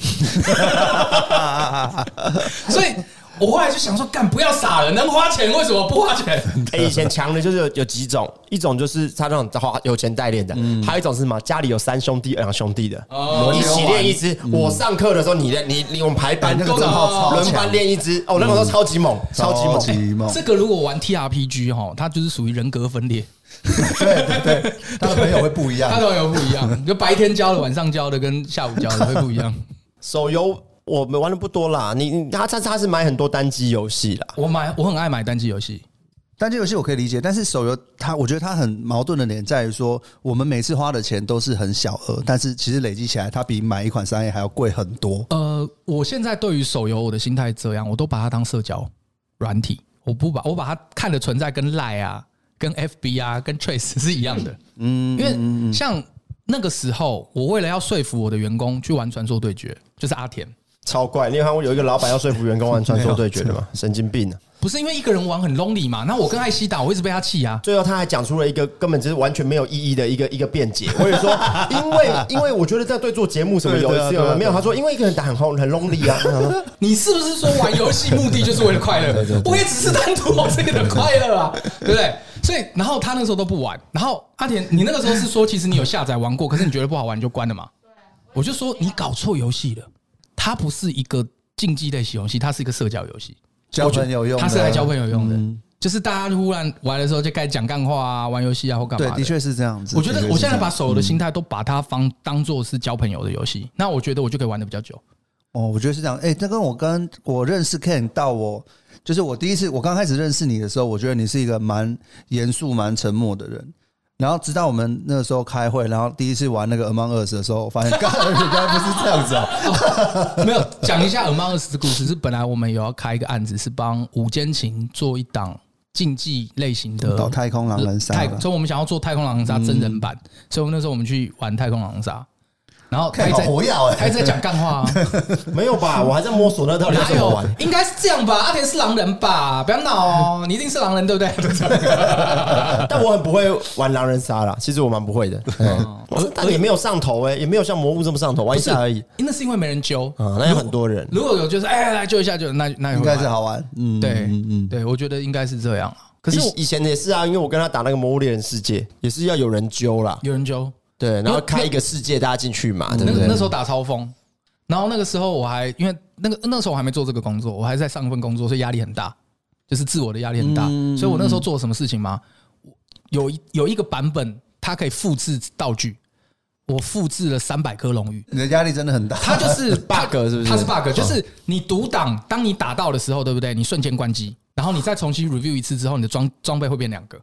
C: <laughs> 所以我后来就想说，干不要傻了，能花钱为什么不花钱？
D: 哎，以前强的就是有有几种，一种就是他那种花有钱代练的，还有一种是什么？家里有三兄弟、两兄弟的，
C: 哦
D: 一起练一支。我上课的时候，你练，你你我们排班
B: 那个
D: 都
B: 正号超强
D: 轮班练一支，哦，那个时候超级猛，超级猛。
B: 级猛，
C: 哎这个如果玩 TRPG 哈，它就是属于人格分裂，
B: 对对对，他的朋友会不一
D: <laughs>
C: 它
B: 样。
C: 都有不一样，就白天教的、晚上教的跟下午教的会不一样。
D: 手游我们玩的不多啦，你你他他他是买很多单机游戏啦，
C: 我买，我很爱买单机游戏。
B: 单机游戏我可以理解，但是手游它，我觉得它很矛盾的点在于说，我们每次花的钱都是很小额，但是其实累积起来，它比买一款三 A 还要贵很多。
C: 呃，我现在对于手游我的心态这样，我都把它当社交软体，我不把我把它看的存在跟赖啊、跟 FB 啊、跟 Trace <laughs> 是一样的。嗯，因为像那个时候，我为了要说服我的员工去玩《传说对决》，就是阿田，
D: 超怪。你有看过有一个老板要说服员工玩《传说对决》的吗？神经病啊！
C: 不是因为一个人玩很 lonely 嘛？那我跟艾希打，我一直被他气啊。
D: 最后他还讲出了一个根本就是完全没有意义的一个一个辩解。我也说，因为因为我觉得这对做节目什么有
B: 对对啊
D: 是
B: 对啊
D: 有没有？
B: 对啊
D: 他说因为一个人打很红很 lonely 啊。我想说
C: 你是不是说玩游戏目的就是为了快乐？我也只是单图我自己的快
B: <laughs>
C: 乐啊，对不对？所以，然后他那时候都不玩。然后阿田，你那个时候是说，其实你有下载玩过，可是你觉得不好玩你就关了嘛？我就说你搞错游戏了，它不是一个竞技类型游戏，它是一个社交游戏，
B: 交朋友用的嗯
C: 它是来交朋友用的。就是大家忽然玩的时候就该讲干话啊，玩游戏啊或干嘛
B: 对，
C: 的
B: 的确是这样子。
C: 我觉
B: 的
C: 得
B: 确是
C: 我现在
B: 这样嗯
C: 把手游的心态都把它当当做是交朋友的游戏，那我觉得我就可以玩的比较久。
B: 哦，我觉得是这样。哎、那跟我跟我认识 Ken 到我，就是我第一次我刚开始认识你的时候，我觉得你是一个蛮严肃、蛮沉默的人。然后直到我们那个时候开会，然后第一次玩那个 Among Us 的时候，我发现，干，原来不是这样 <laughs> 子啊！
C: <laughs> 没有讲一下 Among Us 的故事，是本来我们有要开一个案子，是帮吴坚情做一档竞技类型的
B: 到太空狼人杀
C: 太
B: 了，
C: 所以我们想要做太空狼人杀真人版，所以我们那时候我们去玩太空狼人杀，然后他
B: 看
C: 一直
B: 好
C: 在
B: 活跃哎、
C: 他一直在讲干话、
B: <laughs>
C: 啊，
D: 没有吧？我还在摸索那到底要
C: 哪
D: 怎么
C: 有
D: 玩。？
C: 应该是这样吧？阿田是狼人吧？不要闹哦，你一定是狼人对不 <laughs> 对？
B: 嗯
D: 但我很不会玩狼人杀啦，其实我蛮不会的。嗯我但也没有上头哎，也没有像魔物这么上头，玩一下而已。
C: 那是因为没人揪。
D: 啊，那有很多人。
C: 如果有就是哎来揪一下就那那也
B: 应
C: 会
B: 该是
C: 玩
B: 好玩。嗯，
C: 对
B: 嗯嗯，
C: 对，我觉得应该是这样啊。可
D: 可
C: 是
D: 是
C: 我
D: 以前也是啊，因为我跟他打那个《魔物猎人世界》，也是要有人揪啦，
C: 有人揪，
D: 对，然后开一个世界大家进去啊嘛，对
C: 那
D: 不
C: 个
D: 对？
C: 那时候打超风，然后那个时候我还因为那个那时候我还没做这个工作，我还在上一份工作，所以压力很大，就是自我的压力很大。
D: 嗯
C: 所以我那时候做了什么事情吗？有一有一个版本，它可以复制道具，我复制了三百颗龙鱼。
B: 你的压力真的很大。
C: 它就是
B: <laughs>
C: 它
D: bug 是不是哦
C: 它是 bug，就是你读档，当你打到的时候，对不对？你瞬间关机，然后你再重新 review 一次之后，你的装装备会变两个。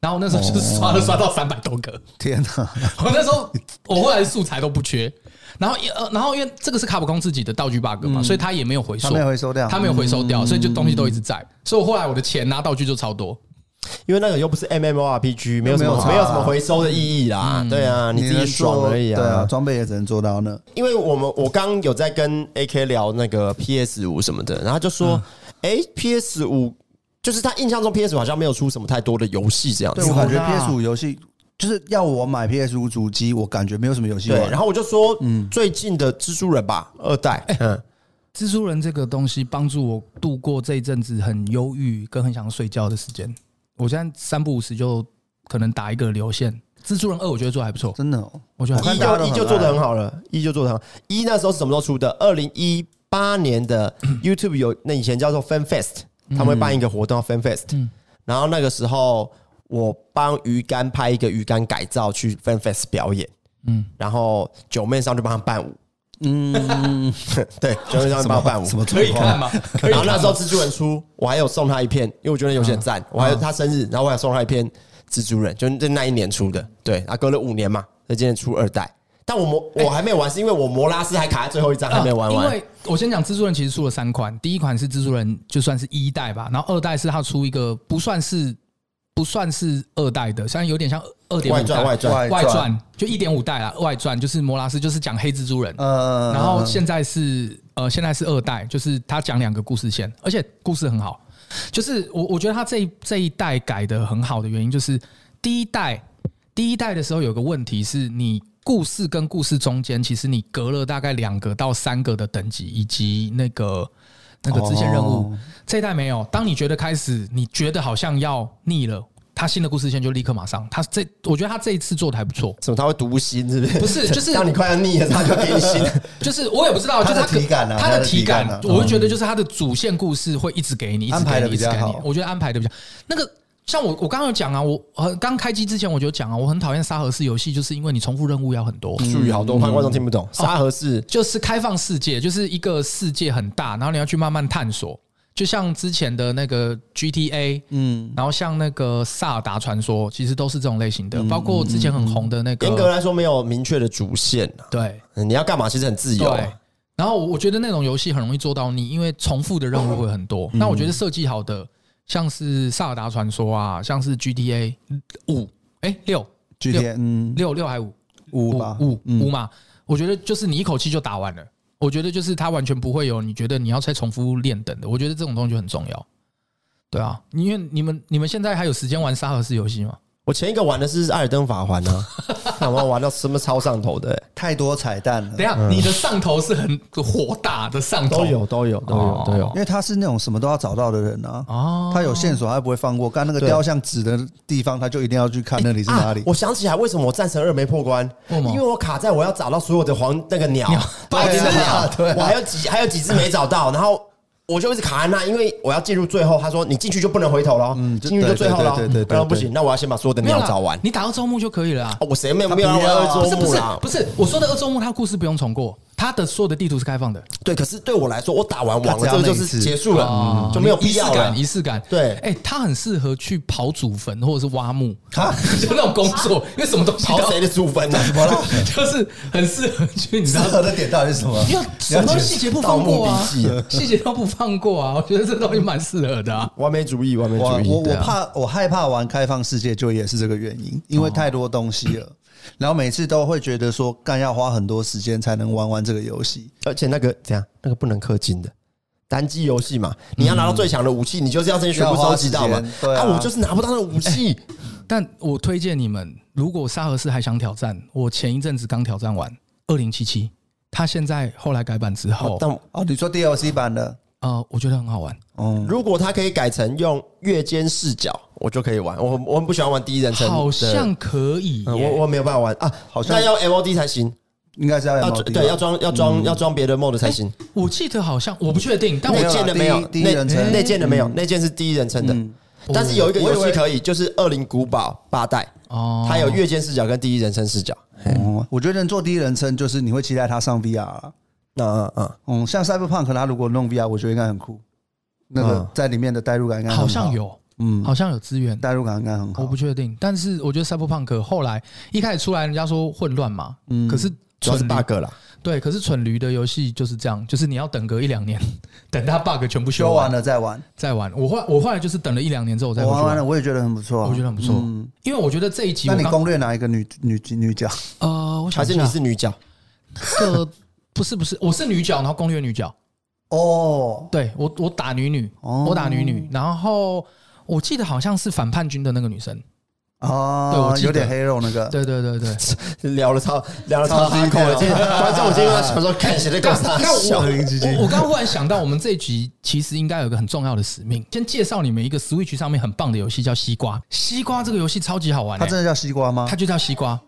C: 然后那时候就是
D: 哦
C: 刷了刷到三百多个，
B: 天哪、
C: <laughs> 我那时候我后来素材都不缺，然后因呃，然后因为这个是卡普空自己的道具 bug 嘛，所以他也没有回
B: 嗯
C: 收，
B: 他没有回收掉嗯
C: 他没有回收掉，所以就东西都一直在，所以我后来我的钱拿道具就超多，
D: 因为那个又不是 MMORPG，没有什
B: 没有啊嗯
D: 么
B: 差
D: 没有什么回收的意义啦。对啊，你自己
B: 能
D: 爽
B: 做
D: 而已
B: 对啊，
D: 啊。
B: 装备也只能做到那。
D: 因为我们我刚有在跟 AK 聊那个 PS 五什么的，然后他就
B: 嗯
D: 说，哎，PS 五就是他印象中 PS 五好像没有出什么太多的游戏这样
B: 对
D: 子
B: 我。感觉
C: 有啦
B: PS 五游戏就是要我买 PS 五主机，我感觉没有什么游戏
D: 对，
B: 玩
D: 然。后我就说，
B: 嗯
D: 最近的蜘蛛人吧，二代，嗯，
C: 蜘蛛人这个东西帮助我度过这一阵子很忧郁跟很想睡觉的时间。我现在三不五时就可能打一个流线。蜘蛛人二我觉得做得还不错，
B: 真的、哦，
C: 我觉得
B: 我
C: 还
B: 看
D: 一
B: 大家都
D: 就
B: 很
D: 一就做的很好了，一就做的很好。一那时候是什么时候出的？二零一八年
B: <clears throat>
D: 的 YouTube 有那以前叫做 Fan Fest，他们会办
B: 嗯
D: 一个活动叫 Fan Fest，、然后那个时候我帮鱼竿拍一个鱼竿改造去 Fan Fest 表演，嗯，然后九妹上就帮他伴舞，嗯， <laughs> 对，九妹上就帮他伴舞，
B: 什么
C: 可以看吗？可以
D: 然后
C: 看
D: 那时候
C: 吗？
D: 蜘蛛人出，我还有送他一片，因为我觉得游
C: 嗯
D: 戏很赞。我还有他生日，然后我还有送他一片蜘蛛人，就是在那一年出的。对，啊，隔了五年嘛，那今年出二代。但我摩
C: 哎
D: 我还没玩，是因为我摩拉斯还卡在最后一张 <laughs> 还没玩
C: 啊哦因
D: 完。
C: 为我先讲蜘蛛人其实出了三款，第一款是蜘蛛人就算是一代吧，然后二代是他出一个不算是不算是二代的，像有点像二点
D: 外
C: 五代
D: 传外传，
B: 外
C: 外
B: 传
C: 传就一点五代啦，外传就是摩拉斯就是讲黑蜘蛛人，
B: 呃，
C: 然后现在是呃，现在是二代，就是他讲两个故事线，而且故事很好。就是我我觉得他这一这一代改的很好的原因，就是第一代第一代的时候有个问题是你故事跟故事中间，其实你隔了大概两个到三个的等级，以及那个那个支线任务。
B: 哦
C: 这一代没有，当你觉得开始你觉得好像要腻了，他新的故事线就立刻马上。他这我觉得他这一次做的还不错，
D: 什么他会读心是不是？
C: 不
D: <laughs>
C: 是就是
D: 当你快要腻了，他就给
C: <laughs>
D: 你心。
C: 就是我也不知道，就
B: 他的
C: 是他可
B: 体感啊
C: 他
B: 他
C: 的
B: 的
C: 体
B: 体感
C: 感
B: 啊，
C: 我就觉得就是他的主线故事会一直给你，一直
B: 安排
C: 给
B: 得
C: 你，一直
B: 比较
C: 给你
B: 好。
C: 我觉得安排的比较那个。像我，我刚刚有讲啊，我呃刚开机之前我就讲啊，我很讨厌沙盒式游戏，就是因为你重复任务要很多，
D: 术语好多，怕观众听不懂。沙盒是
C: 就是开放世界，就是一个世界很大，然后你要去慢慢探索。就像之前的那个 GTA，嗯，然后像那个《萨尔达传说》，其实都是这种类型的，包括之前很红的那个，
D: 严格来说没有明确的主线啊
C: 对，
D: 嗯你要干嘛其实很自由啊。
C: 对。欸然后我觉得那种游戏很容易做到你，因为重复的任务会很多。
D: 嗯
C: 那我觉得设计好的，像是《萨尔达传说》啊，像是 GTA 五，哎六
B: G T 嗯
C: 六六还五
B: 五
C: 五
B: 吧
C: 五
D: 嗯
C: 五嘛，我觉得就是你一口气就打完了。我觉得就是它完全不会有你觉得你要再重复练等的。我觉得这种东西就很重要。对啊，因为你们你们现在还有时间玩沙盒式游戏吗？
D: 我前一个玩的是《艾尔登法环》
B: <laughs>
D: 啊，看我玩到什么超上头的欸，
B: 太多彩蛋了
C: 等一。下，你的上头是很火大的上头，
D: 嗯都有都有都有都有
B: 因。为他是那种什么都要找到的人啊，
C: 哦
B: 他有线索，他不会放过。干那个
D: 对
B: 雕像指的地方，他就一定要去看那里是哪里
D: 啊。
B: <laughs>
D: 我想起来，为什么我战神二没破关？
C: 为什么
D: 因为我卡在我要找到所有的黄那个鸟，
C: 白痴
D: 对啊
B: 啊对啊
D: 我还有几还有几只没找到，然后。我就一直卡在那，因为我要进入最后。他说：“你进去就不能回头了，
B: 嗯就
D: 进去就最后了
B: 对对对对对，对
D: 不然不行。那我要先把所有的
C: 没有
D: 鸟
C: 啦
D: 找完。
C: 你打到周末就可以了啊
D: 哦。我谁没有
B: 他
D: 没有
B: 不
D: 要
B: 要啊
D: 二
C: 不
D: 周
C: 是不
D: 目
C: 是
D: 啦
C: 不？是，我说的二周目，它故事不用重过，它的所有的地图是开放的，
D: 对，可是对我来说，我打完
B: 他
D: 网
B: 只
D: 了，
B: 要
D: 这个就
B: 那一
D: 是
B: 次嗯
D: 结束了，就没有必要
C: 仪式
D: 了
C: 感，。仪式感。
D: 对
C: 哎，它很适合去刨祖坟或者是挖墓， <laughs> 就那种工
D: <laughs>
C: 作，因为什么东西都
D: 刨谁的啊祖
B: <laughs>
D: 坟呢？怎么了？
C: <laughs> 就是很适合去，你知
B: 适
C: 道。
B: 合的点到底是什么？
C: 因为什么细节不放过
D: 啊盗墓
C: 啊
D: 笔记啊，
C: 细节都不放过啊！我觉得这东西蛮适合的啊。
D: 完美主义，完美
B: 我
D: 主
B: 我
D: 义。
B: 我怕我害怕玩开放世界，就也是这个原因，因
D: 哦
B: 为太多东西了，然后每次都会觉得说，干要花很多时间才能玩完这个游戏。
D: 而且那个怎样？那个不能氪金的。单机游戏嘛，你要拿到最强的武器，你就是要先全部收集到
B: 嗯
D: 嘛
B: 要花时间。对啊
D: 我就是拿不到那个武
B: <laughs>
D: 器。
C: 但我推荐你们，如果沙盒四还想挑战，我前一阵子刚挑战完二零七七，它现在后来改版之后，
D: 但
B: 哦，你说 DLC 版的，
C: 呃，我觉得很好玩。
B: 嗯，
D: 如果它可以改成用月间视角，我就可以玩。我我很不喜欢玩第一人称的，
C: 好像可以
D: 嗯
C: 耶
D: 我我没有办法玩啊。
B: 好像
D: 那要 MOD 才行，
B: 应该是要
D: 要
B: MOD 吧
D: 对要装要
B: 嗯
D: 装要装别的 mod 才行。
C: 我记得好像我不确定，但
D: 内
C: 我
D: 建的没有
B: 没有啦，啊第一第一
D: 内
B: 人称嗯
D: 内建的没有，内建是第一人称的。但是有一个游戏可以，就是《恶灵古堡》八代，
C: 哦，
D: 它有月间视角跟第一人称视角。
B: 哦，我觉得能做第一人称，就是你会期待他上 VR 啦。
D: 嗯嗯嗯。
B: 嗯，像 Cyberpunk 他如果弄 VR，我觉得应该很酷，那个
D: 嗯
B: 在里面的代入感应该很
C: 好像有，
B: 嗯
C: 好像有资源，
B: 代入感应该很好。
C: 我不确定。但是我觉得 Cyberpunk 后来一开始出来，人家说混乱嘛，
B: 嗯
C: 可是
D: 嗯主要是
C: 蠢驴
D: bug 啦，
C: 对，可是蠢驴的游戏就是这样，就是你要等个一两年， <laughs> 等它 bug 全部
B: 修
C: 修
B: 完
C: 完了
B: 了再玩，
C: 再玩。我后我后来就是等了一两年之后我再
B: 我
C: 回
B: 玩
C: 去
B: 完了
C: 玩，
B: 我也觉得很不错啊，
C: 我觉得很不错
B: 嗯，
C: 因为我觉得这一集
B: 那
C: 我
B: 你
C: 刚
B: 攻略哪一个女女女
C: <laughs>
B: 角？
C: 呃，我想
D: 还
C: 一
D: 是
C: 下
D: 你是女角？
C: <laughs> 个不是不是，我是女角，然后攻略女角。
B: 哦，
C: 对我，我打女女，
B: 哦
C: 我打女女，然后我记得好像是反叛军的那个女生，对我
B: 哦，
C: 记得
B: 有点黑肉那个，
C: 对对对
B: <laughs>
C: 对，
D: 聊了超聊了超
B: 超
D: 辛苦了，今天观众今天想说看谁在搞啥笑。
C: 我我刚忽然想到，我们这一集其实应该有一个很重要的使命，先介绍你们一个 Switch 上面很棒的游戏，叫西瓜。西瓜这个游戏超级好玩、
B: 它
C: 欸，
B: 真的叫西瓜吗
C: 它？就叫西瓜，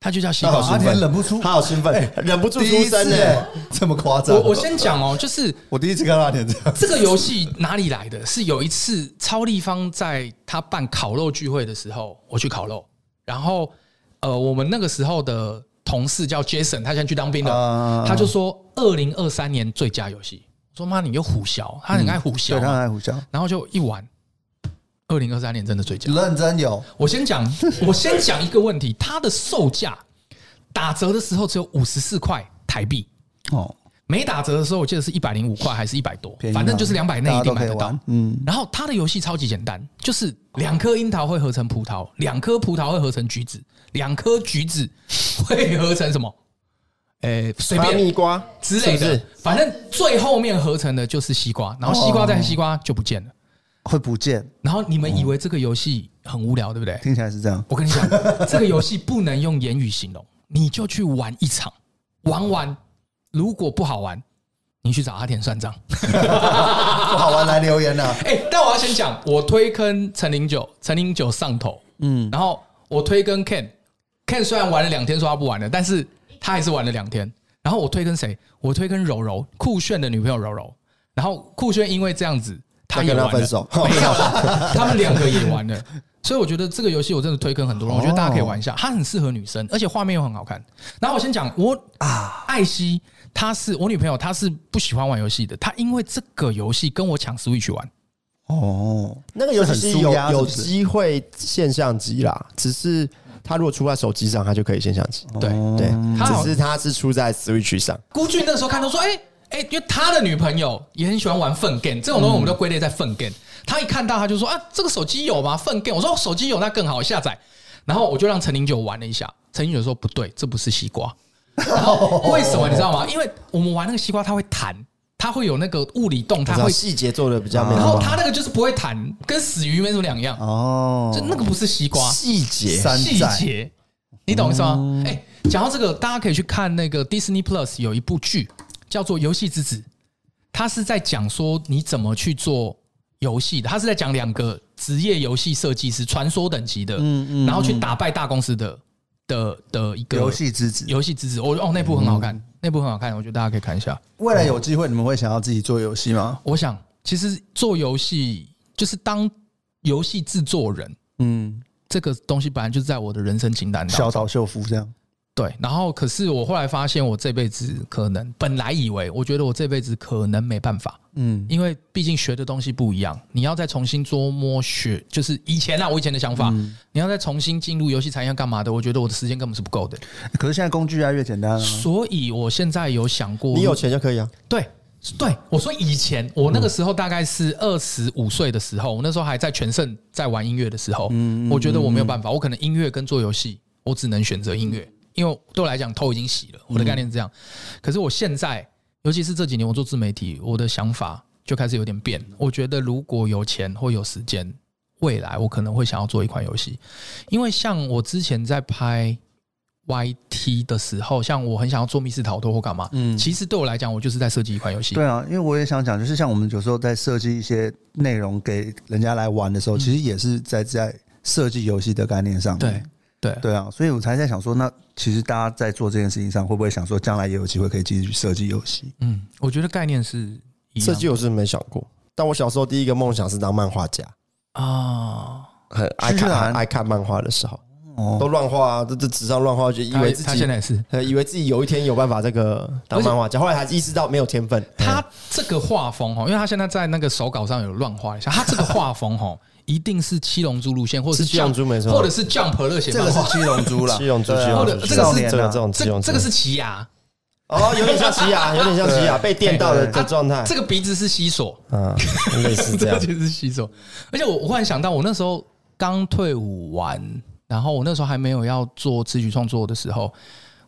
A: 它就叫西
B: 好
A: 口
B: 阿
A: 苏
B: 天
A: 芬。
B: 忍不出，
D: 他好兴奋
B: 哎，
D: 忍不住
B: 第
D: 出
B: 一
D: 声
B: 次
D: 呢。
B: 哎，这么夸张。
C: 我我先
B: <laughs>
C: 讲哦，就是
B: 我第一次看到阿天这样，
C: 这个游戏哪里来的？是有一次超立方在他办烤肉聚会的时候，我去烤肉，然后呃，我们那个时候的同事叫 Jason，他现在去当兵了
B: 啊，
C: 他就说二零二三年最佳游戏。我说妈，你又胡笑，他很爱胡笑
B: 嗯对，他
C: 嘛，
B: 爱胡椒，
C: 然后就一玩，二零二三年真的最佳。
B: 认真有
C: 我
B: <laughs>
C: 先讲，我先讲一个问题，它的售价打折的时候只有五十四块台币，
B: 哦，
C: 没打折的时候，我记得是一百零五块还是一百多
B: 便，宜嘛
C: 反正就是两百内一定
B: 大家都
C: 买得
B: 可以
C: 到
B: 玩。嗯
C: 然后它的游戏超级简单，就是两颗樱桃会合成葡萄，两颗葡萄会合成橘子，两颗橘子会合成什么？ <laughs> 诶、随
D: 哈密
C: 便
D: 瓜
C: 之类
D: 是不
C: 的
D: 是，
C: 反正最后面合成的就是西瓜，然后西瓜再西瓜就不见
B: 哦
C: 了。
B: 会不见，
C: 然后你们以为这个游戏很无聊，对不对？
B: 听起来是这样。
C: 我跟你讲， <laughs> 这个游戏不能用言语形容，你就去玩一场，玩完如果不好玩，你去找阿田算账。
B: 不好玩来留言呐、
C: <laughs> 哎、但我要先讲，我推坑陈零九，陈零九上头，嗯，然后我推坑 Ken，Ken 虽然玩了两天说他不玩了，但是他还是玩了两天。然后我推坑谁？我推坑柔柔，酷炫的女朋友柔柔。然后酷炫因为这样子，他也
D: 跟他
C: 玩了
D: 分 <laughs> 手
C: <laughs> 没有，他们两个也玩了。所以我觉得这个游戏我真的推坑很多人，我觉得大家可以玩一下，它很适合女生，而且画面又很好看。然后我先讲我啊，艾希她是我女朋友，她是不喜欢玩游戏的，她因为这个游戏跟我抢 Switch 玩，
B: 哦，
D: 那个游戏
B: 是
D: 机
B: 很
D: 有
B: 舒压
D: 有
B: 是不是
D: 机会现象机啦，只是它如果出在手机上，它就可以现象机。
C: 对，
D: 对，
C: 它好
D: 只是它是出在 Switch 上。
C: 孤俊那时候看到说，哎、哎、因为他的女朋友也很喜欢玩粪 game，这种东西我们都归类在粪 game。他一看到他就说啊，这个手机有吗？粪 game，我说哦手机有那更好下载。然后我就让陈零九玩了一下，陈零九说不对，这不是西瓜。然后为什么你知道吗？因为我们玩那个西瓜，它会弹，它会有那个物理动，它
D: 它
C: 会
D: 会，细节做的比较没
C: 然
D: 那
C: 后
D: 么好
C: 它那个就是不会弹，跟死鱼没什么两样。
B: 哦，
C: 就那个不是西瓜，
D: 细节
B: 三
C: 细
B: 载嗯
C: 节，你懂我意思吗？哎、讲到这个，大家可以去看那个 Disney Plus 有一部剧叫做《游戏之子》，它是在讲说你怎么去做游戏的，它是在讲两个职业游戏设计师，传说等级的，
B: 嗯
C: 然后去打败大公司的的的一个
B: 游戏嗯之子，
C: 游戏之子。我哦，那部很好看，那部很好看，我觉得大家可以看一下。
B: 未来有机会你们会想要自己做游戏吗？
C: 我想，其实做游戏就是当游戏制作人。
B: 嗯，
C: 这个东西本来就在我的人生清单当中
B: 小，岛秀夫这样，
C: 对，然后可是我后来发现，我这辈子可能本来以为，我觉得我这辈子可能没办法，
B: 嗯，
C: 因为毕竟学的东西不一样，你要再重新捉摸学，就是以前啊，我以前的想法，
D: 嗯
C: 你要再重新进入游戏产业干嘛的，我觉得我的时间根本是不够的，
B: 可是现在工具越来越简单了、啊，
C: 所以我现在有想过，
D: 嗯你有钱就可以啊。
C: 对。对，我说以前我那个时候大概是二十五岁的时候，我那时候还在全盛在玩音乐的时候，我觉得我没有办法，我可能音乐跟做游戏，我只能选择音乐，因为对我来讲头已经洗了，我的概念是这样。可是我现在，尤其是这几年我做自媒体，我的想法就开始有点变。我觉得如果有钱或有时间，未来我可能会想要做一款游戏，因为像我之前在拍 YT 的时候，像我很想要做密室逃脱或干嘛，嗯，其实对我来讲，我就是在设计一款游戏。
B: 对啊，因为我也想讲，就是像我们有时候在设计一些内容给人家来玩的时候，其实也是在在设计游戏的概念上，
D: 嗯
C: 对对
B: 对啊，所以我才在想说，那其实大家在做这件事情上，会不会想说，将来也有机会可以继续设计游戏？
C: 嗯，我觉得概念是一样
D: 设计我是没想过，但我小时候第一个梦想是当漫画家，
C: 啊，
D: 很爱看
B: 居然
D: 很爱看漫画的时候，
B: 哦
D: 都乱画啊，这这纸上乱画，就以为自
C: 他他现在
D: 己
C: 也是。
D: 呃以为自己有一天有办法这个当漫画家，后来还意识到没有天分。
C: 他这个画风哦，因为他现在在那个手稿上有乱画一下，他这个画风哦， <laughs> 一定是七龙珠路线，或者是
D: 是七龙珠没错
C: 或者是 Jump 热血
B: 这个
C: 漫
B: 是
C: 画，
B: 七龙珠啦，
D: 七龙珠，
B: 对
D: 七
B: 啊
D: 龙
C: 或者
D: 珠，
C: 这个是
D: 这个这种七
C: 这
D: 龙珠，
C: 这个是奇牙，
D: 哦，有点像奇亚，有点像奇亚被电到的
B: 对
D: 的状态，
C: 这个鼻子是西索，
D: 嗯，类
C: <laughs>
D: 似这样
C: 个。就是西索。而且我我忽然想到，我那时候刚退伍完，然后我那时候还没有要做词曲创作的时候，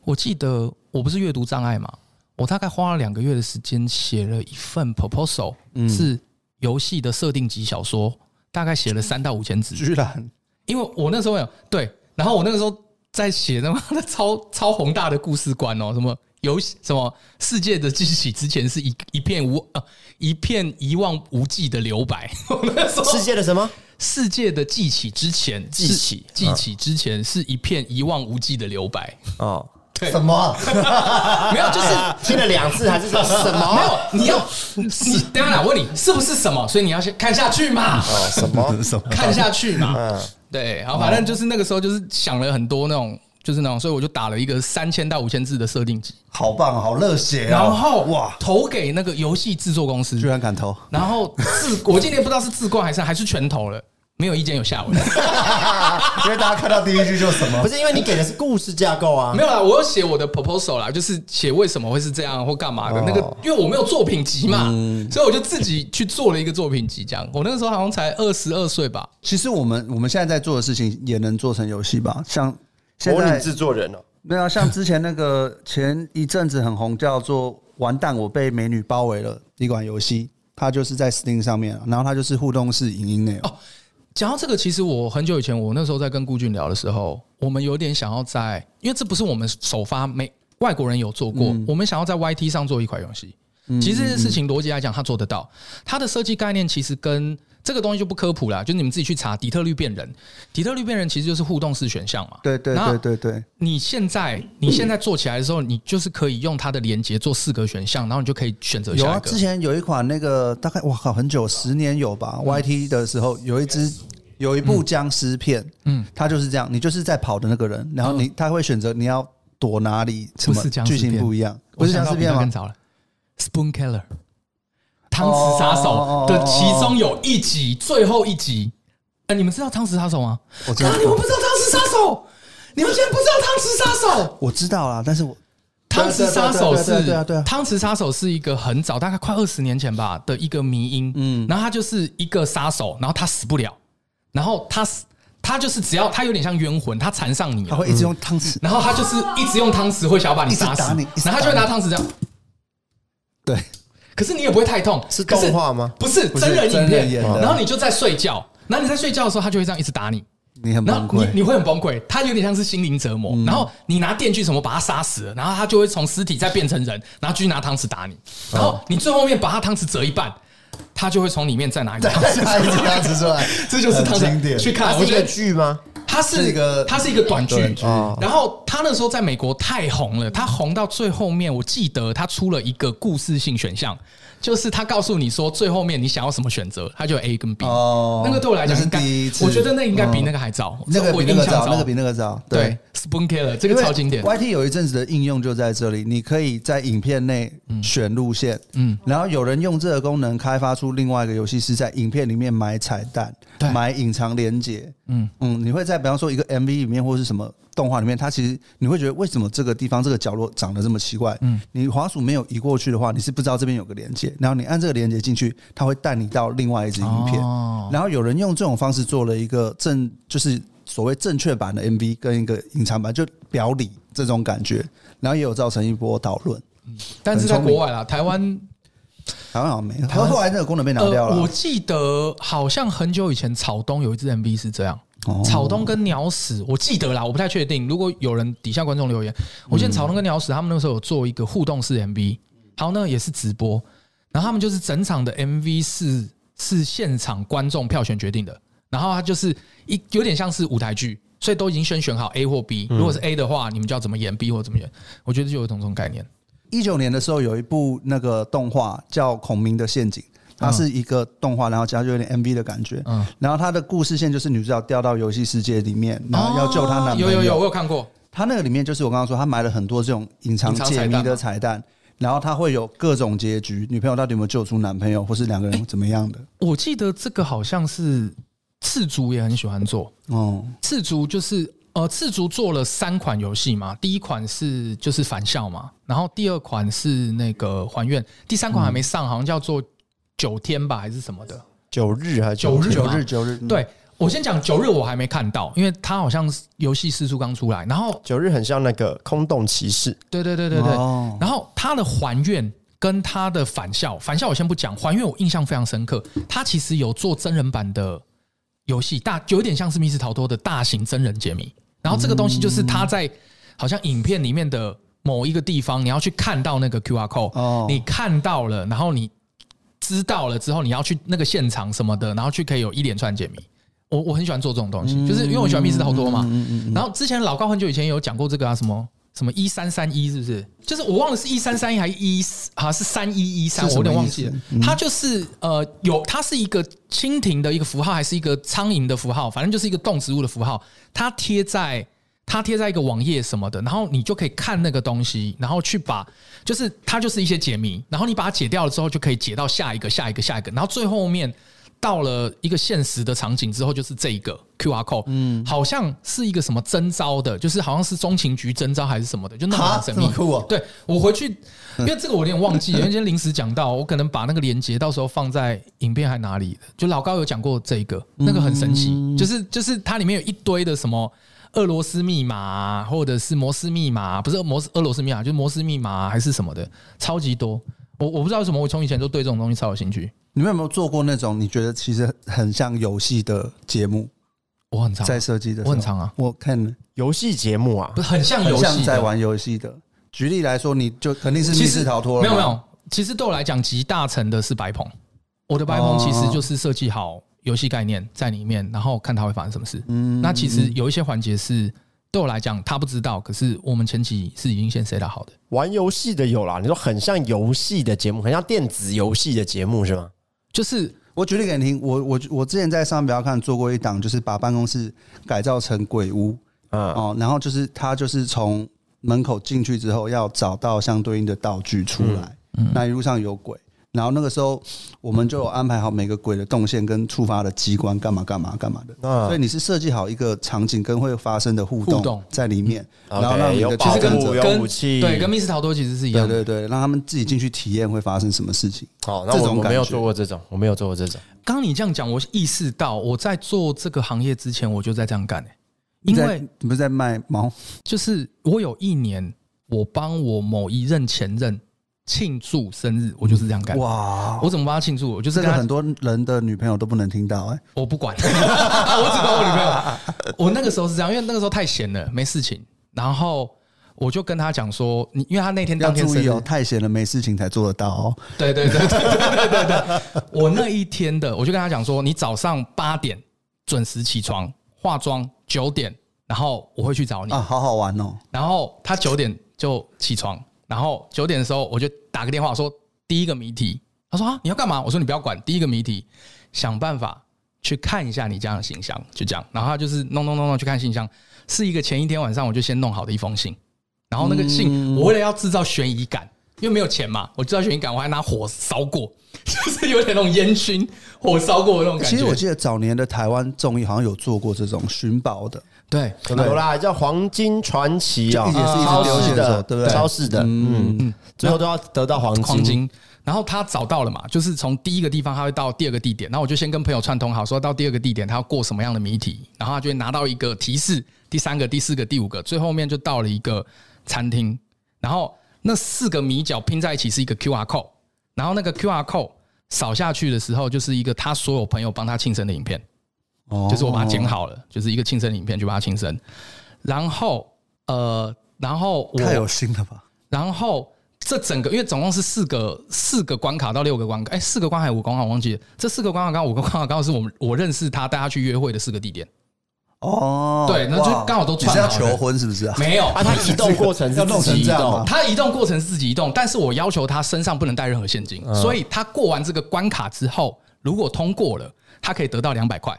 C: 我记得我不是阅读障碍嘛，我大概花了两个月的时间写了一份 proposal，、是
D: 嗯
C: 游戏的设定及小说，大概写了三到五千字。
B: 居然
C: 因为我那时候有对，然后我那个时候在写那么那超 <laughs> 超宏大的故事观哦，什么游戏什么世界的记起之前是一一片无呃一片一望无际的留白，我那时候
D: 世界的什么？
C: 世界的记起之前，
D: 记起
C: 是记起之前是一片一望无际的留白，
D: 哦，
B: 什么啊？
C: 没有，就是
D: 听了两次还是说什
C: 没
D: 么？
C: 有，你要你等一下啦，我问你是不是什么，所以你要先看下去嘛，
D: 哦，什么？
B: 什么？
C: 看下去嘛，对，好，反正就是那个时候就是想了很多那种。就是那种，所以我就打了一个三千到五千字的设定集，
B: 好棒，好热血啊！
C: 然后
B: 哇，
C: 投给那个游戏制作公司
B: 居，然敢投，
C: 然后自 <laughs> 我今年不知道是自冠还是还是全投了，没有一间有下文。
B: 因为大家看到第一句就什么
D: 不？是因为你给的是故事架构啊
C: 没，有啦，我有写我的 proposal 啦，就是写为什么会是这样或干嘛的、那个，因为我没有作品集嘛，所以我就自己去做了一个作品集。这样，我那个时候好像才二十二岁吧，
B: 其实我们我们现在在做的事情也能做成游戏吧？像现
D: 模拟
B: 在
D: 制作人哦，
B: 没有啊像之前那个前一阵子很红，叫做《完蛋，我被美女包围了》一款游戏，它就是在 Steam 上面，啊然后它就是互动式影音内
C: 哦
B: 容。
C: 讲到这个，其实我很久以前，我那时候在跟顾俊聊的时候，我们有点想要在，因为这不是我们首发，没外国人有做过，我们想要在 YT 上做一款游戏。
B: 嗯
C: 其实这件事情逻辑来讲，他做得到。它的设计概念其实跟这个东西就不科普啦，就你们自己去查底特律变人。底特律变人其实就是互动式选项嘛。
B: 对对
C: 那
B: 对对对，
C: 你现在你现在做起来的时候，你就是可以用它的连接做四个选项，然后你就可以选择
B: 有
C: 下
B: 啊，
C: 一个
B: 之。前有一款那个大概哇靠，很久，十年有
C: 嗯
B: 吧？YT 的时候有一只有一部僵尸片，嗯，它就是这样，你就是在跑的那个人，然后你他会选择你要躲哪里，什
C: 嗯不
B: 么
C: 是僵尸
B: 剧
C: 片
B: 情不一样，不
C: 我
B: 是
C: 想
B: 僵
C: 到
B: 尸
C: 比
B: 片
C: 他更
B: 吗？
C: 早了，Spoon Keller，汤匙
B: 哦
C: 杀手的其中有一集，最后一集，呃，你们知道汤匙杀手吗？
B: 我知道
C: 啊，你们不知道汤匙杀手，你们竟然不知道汤匙杀手？
B: 我知道啦，但是我
C: 汤匙杀手
B: 对啊对啊对啊对啊对
C: 是
B: 啊
C: 汤匙杀手是一个很早，大概快二十年前吧的一个迷音，嗯，然后他就是一个杀手，然后他死不了，然后他死，他就是只要他有点像冤魂，他缠上你
B: 他
C: 了，
B: 会一直用汤匙，
C: 然后他就是一直用汤匙会想要把你
B: 哦
C: 杀死
B: 一直打你一，直打
C: 然后他就会拿汤匙这样。
B: 对，
C: 可是你也不会太痛，
D: 是
C: 可
D: 动画吗
C: 不是
B: 是
C: 真人影
B: 真人
C: 片
B: 演，的
C: 然后你就在睡觉，然后你在睡觉的时候，他就会这样一直打你，
B: 你很
C: 然
B: 崩
C: 后你
B: 溃。嗯
C: 你会很崩溃，他有点像是心灵折磨。然后你拿电锯什么把他杀死了，然后他就会从尸体再变成人，然后继续拿汤匙打你，
B: 哦
C: 然后你最后面把他汤匙折一半，他就会从里面
B: <laughs>
C: 再拿一个汤匙，
B: 他一直拿出来，
C: <laughs> 这就是汤
B: 很经
C: 匙。
B: 典
C: 去看，啊
D: 它
C: 我
D: 是一
C: 觉
D: 个
C: 得
D: 剧吗？
C: 它是
B: 是一个哦
C: 它是一个短剧
B: 短剧，
C: 然后他那时候在美国太红了，他红到最后面，我记得他出了一个故事性选项，就是他告诉你说最后面你想要什么选择，他就有 A 跟 B。
B: 哦
C: 那个对我来讲
B: 那是
C: 应该
B: 第一，次哦
C: 我觉得那应该比那个还早，
B: 那个
C: 我
B: 比
C: 印
B: 那个
C: 象
B: 早，那个比那个早，
C: 对。Spoon Killer 这个超经典。
B: YT 有一阵子的应用就在这里，你可以在影片内选路线，嗯，然后有人用这个功能开发出另外一个游戏，是在影片里面埋彩蛋
C: 对、
B: 埋隐藏连接，嗯嗯，你会在比方说一个 MV 里面或是什么动画里面，它其实你会觉得为什么这个地方这个角落长得这么奇怪？嗯，你滑鼠没有移过去的话，你是不知道这边有个连接，然后你按这个连接进去，它会带你到另外一支影片，
C: 哦
B: 然后有人用这种方式做了一个正，就是所谓正确版的 MV 跟一个隐藏版，就表里这种感觉，然后也有造成一波讨论。
C: 但是在
B: 很聪明
C: 国外啦，台
B: <laughs>
C: 湾
B: 台湾好像没有，台湾后来那个功能被拿掉
C: 呃。我
B: 了。
C: 记得好像很久以前草东有一支 MV 是这样，
B: 哦
C: 草东跟鸟屎，我记得啦，我不太确定。如果有人底下观众留言，我记得草东跟鸟屎他们那时候有做一个互动式 MV，好，那也是直播，然后他们就是整场的 MV 是是现场观众票选决定的，然后它就是一有点像是舞台剧。所以都已经先选好 A 或 B，如
B: 嗯
C: 果是 A 的话，你们就要怎么演；B 或怎么演，我觉得就有一种这种概念。
B: 一九年的时候有一部那个动画叫《孔明的陷阱》，它是一个动画，然后加就有点 MV 的感觉。
C: 嗯
B: 然后它的故事线就是女主角掉到游戏世界里面，然后要救她男朋友。
C: 哦有有有，我有看过。
B: 它那个里面就是我刚刚说，他埋了很多这种隐藏
C: 隐藏
B: 解谜的
C: 彩
B: 彩蛋，然后它会有各种结局，女朋友到底有没有救出男朋友，或是两个人怎么样的？
C: 我记得这个好像是赤足也很喜欢做，
B: 哦，
C: 赤足就是呃，赤足做了三款游戏嘛，第一款是就是返校嘛，然后第二款是那个还愿，第三款还没上，好像叫做九天吧还是什么的。
D: 九日还是
C: 九日
D: 天
B: 九
C: 吗
B: 日九日，嗯，
C: 对我先讲九日，我还没看到，因为它好像是游戏试出刚出来，然后
D: 九日很像那个空洞骑士，
C: 对对对对对，
B: 哦
C: 然后他的还愿跟他的返校，返校我先不讲，还愿我印象非常深刻，他其实有做真人版的游戏，大有点像是密室逃脱的大型真人解谜。然后这个东西就是他在好像影片里面的某一个地方，你要去看到那个 QR code，、
B: 哦
C: 你看到了，然后你知道了之后，你要去那个现场什么的，然后去可以有一连串解谜。我我很喜欢做这种东西，
B: 嗯
C: 就是因为我喜欢密室逃脱嘛。然后之前老高很久以前有讲过这个啊，什么什么一三三一是不是？就是我忘了是一三三一还是一啊是三一一三，
B: 是什么
C: 我有点忘
B: 意思嗯
C: 记了。它就是呃有它是一个蜻蜓的一个符号，还是一个苍蝇的符号，反正就是一个动植物的符号，它贴在。它贴在一个网页什么的，然后你就可以看那个东西，然后去把，就是它就是一些解谜，然后你把它解掉了之后，就可以解到下一个、下一个、下一个，然后最后面到了一个现实的场景之后，就是这一个 QR code，嗯，好像是一个什么征招的，就是好像是中情局征招还是什么的，就那么
D: 哈
C: 神
D: 这
C: 秘
D: 么酷哦
C: 对我回去， <laughs> 因为这个我有点忘记，
B: <laughs>
C: 因为今天临时讲到，我可能把那个链接到时候放在影片还哪里，就老高有讲过这个，那个很神
B: 嗯
C: 奇，就是就是它里面有一堆的什么。俄罗斯密码啊、或者是摩斯密码啊、不是摩斯俄罗斯密码，就是摩斯密码啊、还是什么的，超级多。我我不知道为什么，我从以前就对这种东西超有兴趣。
B: 你们有没有做过那种你觉得其实很像游戏的节目，
C: 我很常
B: 在设计的时候？
C: 我很常啊
B: 我看了
D: 游戏节目啊
C: 不，是很像
B: 很
C: 游
B: 像
C: 戏
B: 在
C: 的
B: 玩游戏的。举例来说，你就肯定是密
C: 其实
B: 室逃脱了，
C: 没有没有，其实对我来讲，集大成的是白棚。我的白
B: 哦
C: 棚其实就是设计好游戏概念在里面，然后看它会发生什么
B: 嗯
C: 事。那其实有一些环节是对我来讲他不知道，可是我们前期是已经先 set 好的。
D: 玩游戏的有啦。你说很像游戏的节目，很像电子游戏的节目是吗？
C: 就是
B: 我举例给你听，我我我之前在上表看做过一档，就是把办公室改造成鬼屋
D: 嗯，
B: 哦，然后就是他就是从门口进去之后要找到相对应的道具出
C: 嗯
B: 来，嗯那一路上有鬼，然后那个时候我们就有安排好每个鬼的动线跟触发的机关干嘛干嘛干嘛的，
D: 嗯
B: 所以你是设计好一个场景跟会发生的互
C: 互
B: 动
C: 动
B: 在里面，
D: 嗯
B: 然后让
D: OK，
B: 每
D: 有
B: 个
D: 保
B: 挑
D: 护
B: 战
D: 有
B: 者。
C: 跟
D: 武器
C: 对跟密室逃脱其实是一
B: 对
C: 样的。
B: 对对，让他们自己进去体验会发生什么事情。
D: 好，那我
B: 这种
D: 我没有
B: 感觉
D: 做过这种，我没有做过这种。
C: 刚刚你这样讲，我意识到我在做这个行业之前，我就在这样干、欸、
B: 你
C: 因
B: 在
C: 为
B: 你不是在卖猫？
C: 就是我有一年，我帮我某一任前任庆祝生日，我就是这样干。
B: 哇，
C: 我怎么帮他庆祝？我就是
B: 这
C: 跟
B: 个
C: 他
B: 很多人的女朋友都不能听到哎、
C: 我不管，我 <laughs> 只管我女朋友。我那个时候是这样，因为那个时候太闲了，没事情，然后我就跟他讲说，你因为他那天
B: 要
C: 当天
B: 注
C: 生
B: 意
C: 日，
B: 哦，太闲了没事情才做得到哦。
C: 对对对对对对对，我那一天的，我就跟他讲说，你早上八点准时起床，化妆九点，然后我会去找你，
B: 啊，好好玩哦，
C: 然后他九点就起床，然后九点的时候我就打个电话说第一个谜题，他说啊你要干嘛？我说你不要管，第一个谜题想办法去看一下你家的信箱，就这样。然后他就是弄弄弄弄去看信箱，是一个前一天晚上我就先弄好的一封信，然后那个信、
B: 嗯
C: 我为了要制造悬疑感。因为没有钱嘛，我制造悬疑感，我还拿火烧过， <laughs> 就是有点那种烟熏火烧过的那种感
B: 其
C: 觉。
B: 实我记得早年的台湾综艺好像有做过这种寻宝的，
C: 对，
D: 有啦，叫《黄金传奇》
B: 就
D: 啊，
B: 一直是一直
D: 超
B: 流
D: 市
B: 行的时候
D: 的，
B: 对不对
D: 超市的，嗯，最后都要得到黄金。
C: 黄金。然后他找到了嘛，就是从第一个地方他会到第二个地点，然后我就先跟朋友串通好，说到第二个地点他要过什么样的谜题，然后他就会拿到一个提示，第三个、第四个、第五个，最后面就到了一个餐厅，然后那四个米角拼在一起是一个 QR code，然后那个 QR code 扫下去的时候就是一个他所有朋友帮他庆生的影片，
B: 哦
C: 就是我把它剪。好了，就是一个庆生的影片去把它庆生，然后呃，然后我
B: 哦太有心了吧？
C: 然后这整个因为总共是四个四个关卡到六个关卡，哎，四个关卡还是五个关卡我忘记了。这四个关卡刚好五个关卡刚好是我们我认识他带他去约会的四个地点，
B: 哦，
C: 对那就
B: 哇
C: 刚好都
B: 你
C: 串
B: 是要
C: 好了
B: 求婚是不是啊？
C: <laughs> 没有。
D: 啊，它移动过程是
B: 要弄
D: 自己
B: 成
D: 移
B: 这样
D: 动
B: 吗，
C: 他移动过程是自己移动，但是我要求他身上不能带任何现金，所以他过完这个关卡之后，如果通过了，他可以得到两百块。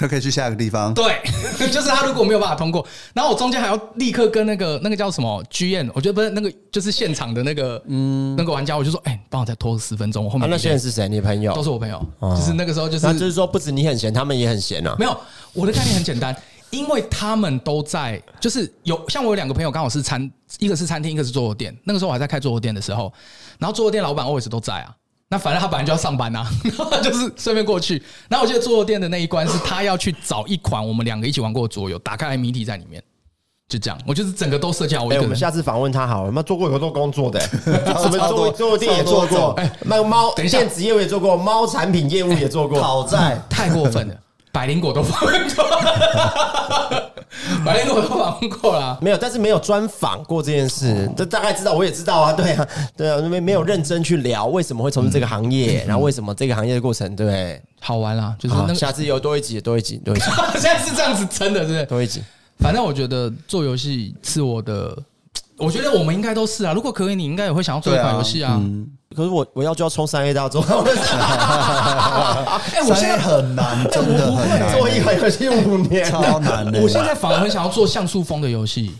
B: 他可以去下一个地方。
C: <laughs> 对， <laughs> 就是他如果没有办法通过，然后我中间还要立刻跟那个那个叫什么剧院，我觉得不是那个就是现场的那个嗯那个玩家，我就说，哎、你帮我再拖十分钟，我后
D: 啊
C: 面、
D: 那些人是谁？你朋友
C: 都？是我朋友，就是那个时候就是
D: 哦那就是说，不止你很闲，他们也很闲啊。
C: 没有，我的概念很简单，因为他们都在，就是有像我有两个朋友，刚好是餐，一个是餐厅，一个是桌游店。那个时候我还在开桌游店的时候，然后桌游店老板 always 都在啊。那反正他本来就要上班呐、啊， <laughs> 然后他就是顺便过去。然后我记得桌游店的那一关是他要去找一款我们两个一起玩过的桌游，打开来谜底在里面，就这样。我就是整个都设计好我一
D: 哎，
C: 个
D: 我
C: 人。
D: 们下次访问他好了，有没有做过很多工作的？什么
B: 超
D: 做
B: 多
D: 做店也
B: 超多
D: 做过
B: 种，
D: 那个猫
C: 等一下
D: 电子业务也做过，猫产品业务也做过，
B: 在
D: <laughs>
C: 太过分了。百灵果都访问过 <laughs> 了，百灵果都访问过了。
D: 没有，但是没有专访过这件事，这大概知道，我也知道啊，对啊， <laughs> 对啊，没没有认真去聊为什么会从事这个行业，然后为什么这个行业的过程，对，
C: 好玩啦，就是
D: 好
C: 那，个
D: 下次有多一集，多一集，多一集，
C: 现在是这样子，真的是。
D: 多一集，
C: 反正我觉得做游戏是我的，我觉得我们应该都是啊。如果可以，你应该也会想要做一款游戏
B: 嗯
C: 啊。
D: <laughs> 可是我我要就要冲三 A <laughs> 大作，
C: 哎， <laughs> 我现在
B: 三 A 很难，真的很难，
D: 做一款游戏五年，
B: 超难欸的。
C: 我现在反而很想要做像素风的游戏。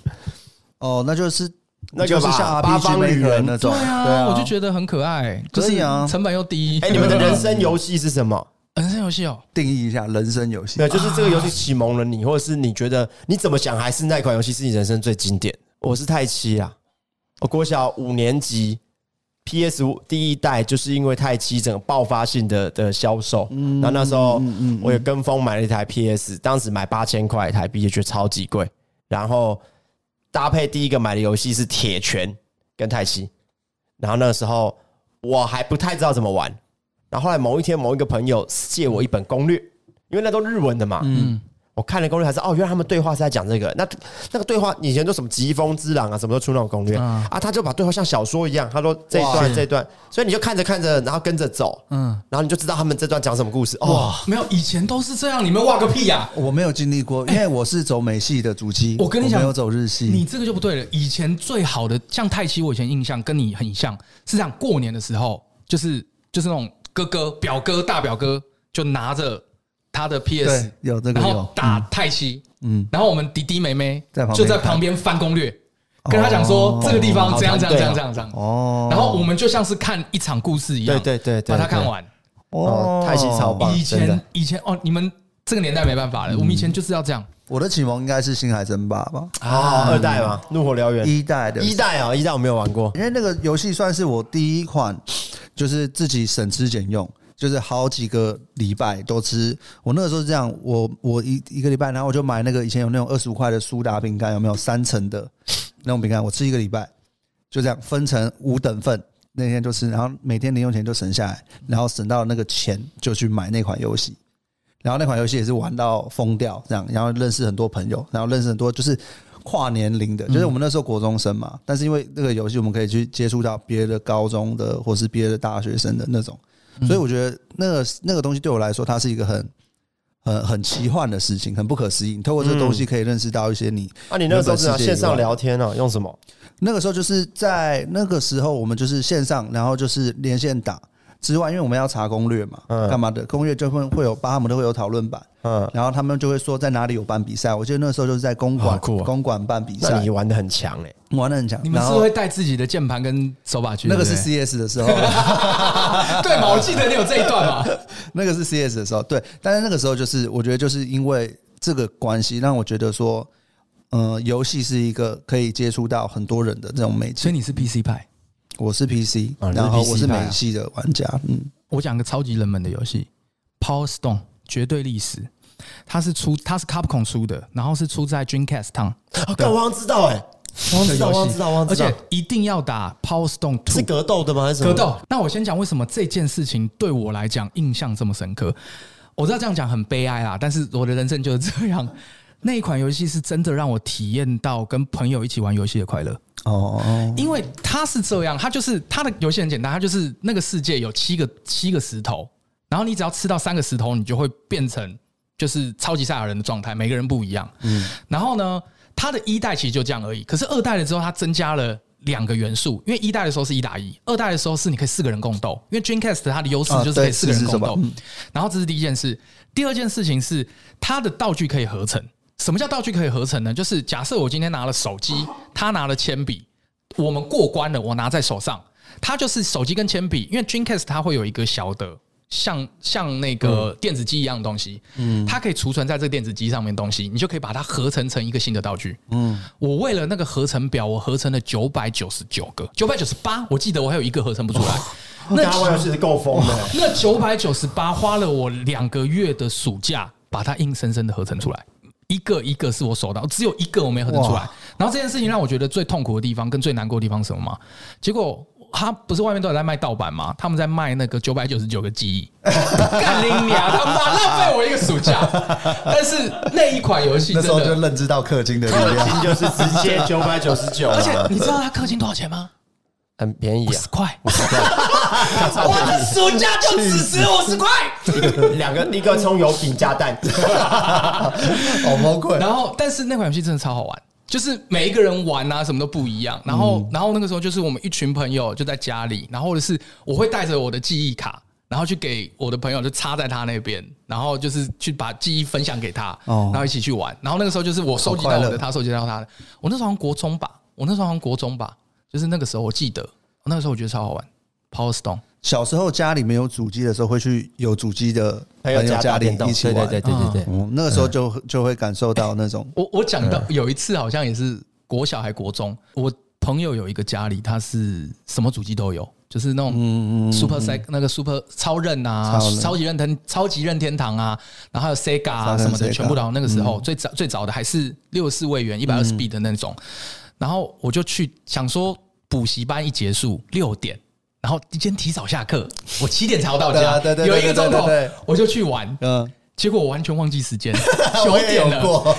B: 哦，那就是
D: 那个
B: 就
D: 吧
B: 是像
D: 八方
B: RPG
D: 旅人
B: 那
C: 对
B: 种，
C: 啊，我就觉得很可爱，就
B: 可
C: 是
B: 以啊
C: 成本又低。
D: 哎，你们的人生游戏是什么？
C: 人生游戏哦，
B: 定义一下人生游戏啊
D: 对，。就是这个游戏启蒙了你，或者是你觉得你怎么想，还是那款游戏是你人生最经典？我是泰七啊，我国小五年级，PS 第一代就是因为泰七整个爆发性的的销售，
B: 嗯
D: 然后那时候我也跟风买了一台 PS，当时买八千块台币，也觉得超级贵，然后搭配第一个买的游戏是铁拳跟泰七，然后那个时候我还不太知道怎么玩，然后后来某一天某一个朋友借我一本攻略，因为那都日文的嘛，嗯，我看了攻略还是哦，原来他们对话是在讲这个，那那个对话以前都什么疾风之狼啊，什么都出那种攻略、
C: 嗯
D: 啊，他就把对话像小说一样，他说这一段这一段，所以你就看着看着，然后跟着走，
C: 嗯，
D: 然后你就知道他们这段讲什么故事哦。
C: 没有，以前都是这样，你们哇个屁啊呀！
B: 我没有经历过，因为我是走美系的主机，
C: 我跟你讲
B: 没有走日
C: 你
B: 系。
C: 这个就不对了。以前最好的像泰熙，我以前印象跟你很像，是这样。过年的时候，就是就是那种哥哥、表哥、大表哥就拿着他的 PS，
B: 对有这个
C: 然
B: 有
C: 后打泰熙，嗯，然后我们弟弟妹妹
B: 在旁边
C: 就在旁边翻攻略，跟他讲说
B: 哦
C: 这个地方
D: 好
C: 这样这
D: 团
C: 样
D: 队
C: 这样
D: 哦
C: 这样这样，
B: 哦
C: 然后我们就像是看一场故事一样，
D: 对对对对
C: 把它看
D: 对
C: 完。
D: 哦泰系超棒
C: 以
D: 真
C: 前
D: 的
C: 以前哦，你们这个年代没办法了，我们以前就是要这样。
B: 我的启蒙应该是《星海争霸》吧，
C: 啊
D: 哦，二代嘛，怒火燎原，
B: 一代的
D: 一代啊，一代我没有玩过，
B: 因为那个游戏算是我第一款，就是自己省吃俭用，就是好几个礼拜都吃。我那个时候是这样，我我一一个礼拜，然后我就买那个以前有那种二十五块的苏打饼干，有没有三层的那种饼干？我吃一个礼拜，就这样分成五等份。那天就吃，然后每天零用钱就省下来，然后省到那个钱就去买那款游戏，然后那款游戏也是玩到疯掉，这样，然后认识很多朋友，然后认识很多就是跨年龄的，就是我们那时候国中生嘛，但是因为那个游戏，我们可以去接触到别的高中的或是别的大学生的那种，所以我觉得那个那个东西对我来说，它是一个很。很很奇幻的事情，很不可思议。你透过这个东西，可以认识到一些你
D: 啊，你那个时候是
B: 原
D: 啊
B: 本世界以外
D: 线上聊天哦，用什么？
B: 那个时候就是在那个时候，我们就是线上，然后就是连线打之外，因为我们要查攻略嘛，
D: 嗯
B: 干嘛的？攻略就会会有，巴哈姆都会有讨论版，
D: 嗯，
B: 然后他们就会说在哪里有办比赛。我记得那时候就是在公
D: 好
B: 馆，
D: 酷啊
B: 公馆办比
D: 那
B: 赛
D: 你，玩的很强哎，
B: 玩的很强。
C: 你们
B: 然
C: 是不是
B: 后
C: 会带自己的键盘跟手把去？
B: 那个
C: 对
B: 是
C: 不对
B: CS 的时候，
C: <laughs>
B: <laughs>
C: 对嘛？我记得你有这一段嘛？
B: 那个是 CS 的时候，对。但是那个时候就是，我觉得就是因为这个关系，让我觉得说，嗯，游戏是一个可以接触到很多人的这种媒
C: <laughs> 所
B: 介
C: 以。你是 PC 派。
B: 我是 PC，
D: 啊你是
B: 然后我
D: PC
B: 是
D: 派啊
B: 美系的玩家，嗯。
C: 我讲个超级冷门的游戏《Power Stone》绝对历史，它是出它是 Capcom 出的，然后是出在 Dreamcast 上，
D: 啊，干我好像知道哎，我好像知道，我好像知道，我好像
C: 而
D: 知道
C: 且，一定要打 Power Stone Two
D: 是格斗的吗？还是什么
C: 格？斗。那我先讲为什么这件事情对我来讲印象这么深刻。我知道这样讲很悲哀啦，但是我的人生就是这样。 <laughs> 那一款游戏是真的让我体验到跟朋友一起玩游戏的快乐。
B: 哦哦，
C: 因为它是这样，它就是它的游戏很简单，它就是那个世界有七个七个石头，然后你只要吃到三个石头，你就会变成就是超级赛亚人的状态，每个人不一样。嗯，然后呢，它的一代其实就这样而已，可是二代了之后，它增加了。两个元素，因为一代的时候是一打一，二代的时候是你可以四个人共斗，因为 Dreamcast 它的优势
B: 啊
C: 就是可以
B: 对
C: 四个人
B: 是是
C: 共
B: 是
C: 斗。
B: 吧嗯
C: 然后这是第一件事，第二件事情是它的道具可以合成。什么叫道具可以合成呢？就是假设我今天拿了手机，他拿了铅笔，我们过关了，我拿在手上，它就是手机跟铅笔，因为 Dreamcast 它会有一个小的。像像那个电子机一样的东西，嗯，它可以储存在这个电子机上面的东西，你就可以把它合成成一个新的道具，嗯，我为了那个合成表，我合成了九百九十九个，九百九十八，我记得我还有一个合成不出来，那
D: 大家玩游戏是够疯的欸，
C: 那九百九十八花了我两个月的暑假，把它硬生生的合成出来，一个一个是我手到，只有一个我没合成出来。然后这件事情让我觉得最痛苦的地方跟最难过的地方是什么吗？结果他不是外面都有在卖盗版吗？他们在卖那个九百九十九个记 <laughs> 忆，干你娘！他妈浪费我一个暑假。但是那一款游戏
B: 那
C: 真
B: 时候就
C: 的，
B: 认知到氪金的力量。
D: 就是直接九百九十九，
C: 而且你知道它氪金多少钱吗？
D: 很便
C: <laughs>
D: 宜
C: 五
D: 啊
C: 十，块， <laughs> 我的暑假就只值五十块。
D: 一个两个一个葱油饼
B: <laughs>
D: 加蛋，
B: 好崩溃！
C: 然后，但是那款游戏真的超好玩，就是每一个人玩啊，什么都不一样。然后，
B: 嗯
C: 然后那个时候就是我们一群朋友就在家里，然后或者是我会带着我的记忆卡，然后去给我的朋友，就插在他那边，然后就是去把记忆分享给他，
B: 哦
C: 然后一起去玩。然后那个时候就是我收集到
B: 好
C: 我
B: 快
C: 的，
B: 乐
C: 他收集到他的。我那时候好像国中吧，我那时候好像国中吧，就是那个时候我记得，那个时候我觉得超好玩。Power Stone，
B: 小时候家里没有主机的时候，会去有主机的朋
D: 还有
B: 友家里一起
D: 对对
B: 玩。
D: 对对对对，
B: 嗯，那个时候就就会感受到那种
C: 我我讲
B: 嗯
C: 到有一次好像也是国小还国中，我朋友有一个家里，他是什么主机都有，就是
B: 嗯
C: 那种 Super Sec 那个 Super 超任啊
B: 超任、
C: 超级任天、超级任天堂啊，然后还有 Sega 啊
B: 超任
C: 什么的，
B: Sega 嗯
C: 全部都有。那个时候最早最早的还是六四位元一百二十 B 的那种，然后我就去想说补习班一结束六点。然后今天提早下课，我七点才要到家，
B: 对啊对对对
C: 有一个
B: 对对
C: 钟
B: 对
C: 头
B: 对对
C: 我就去玩，
B: 嗯，
C: 结果我完全忘记时间，九
B: <laughs> 我也
C: 点
B: 有
C: 了，
B: 过
D: 玩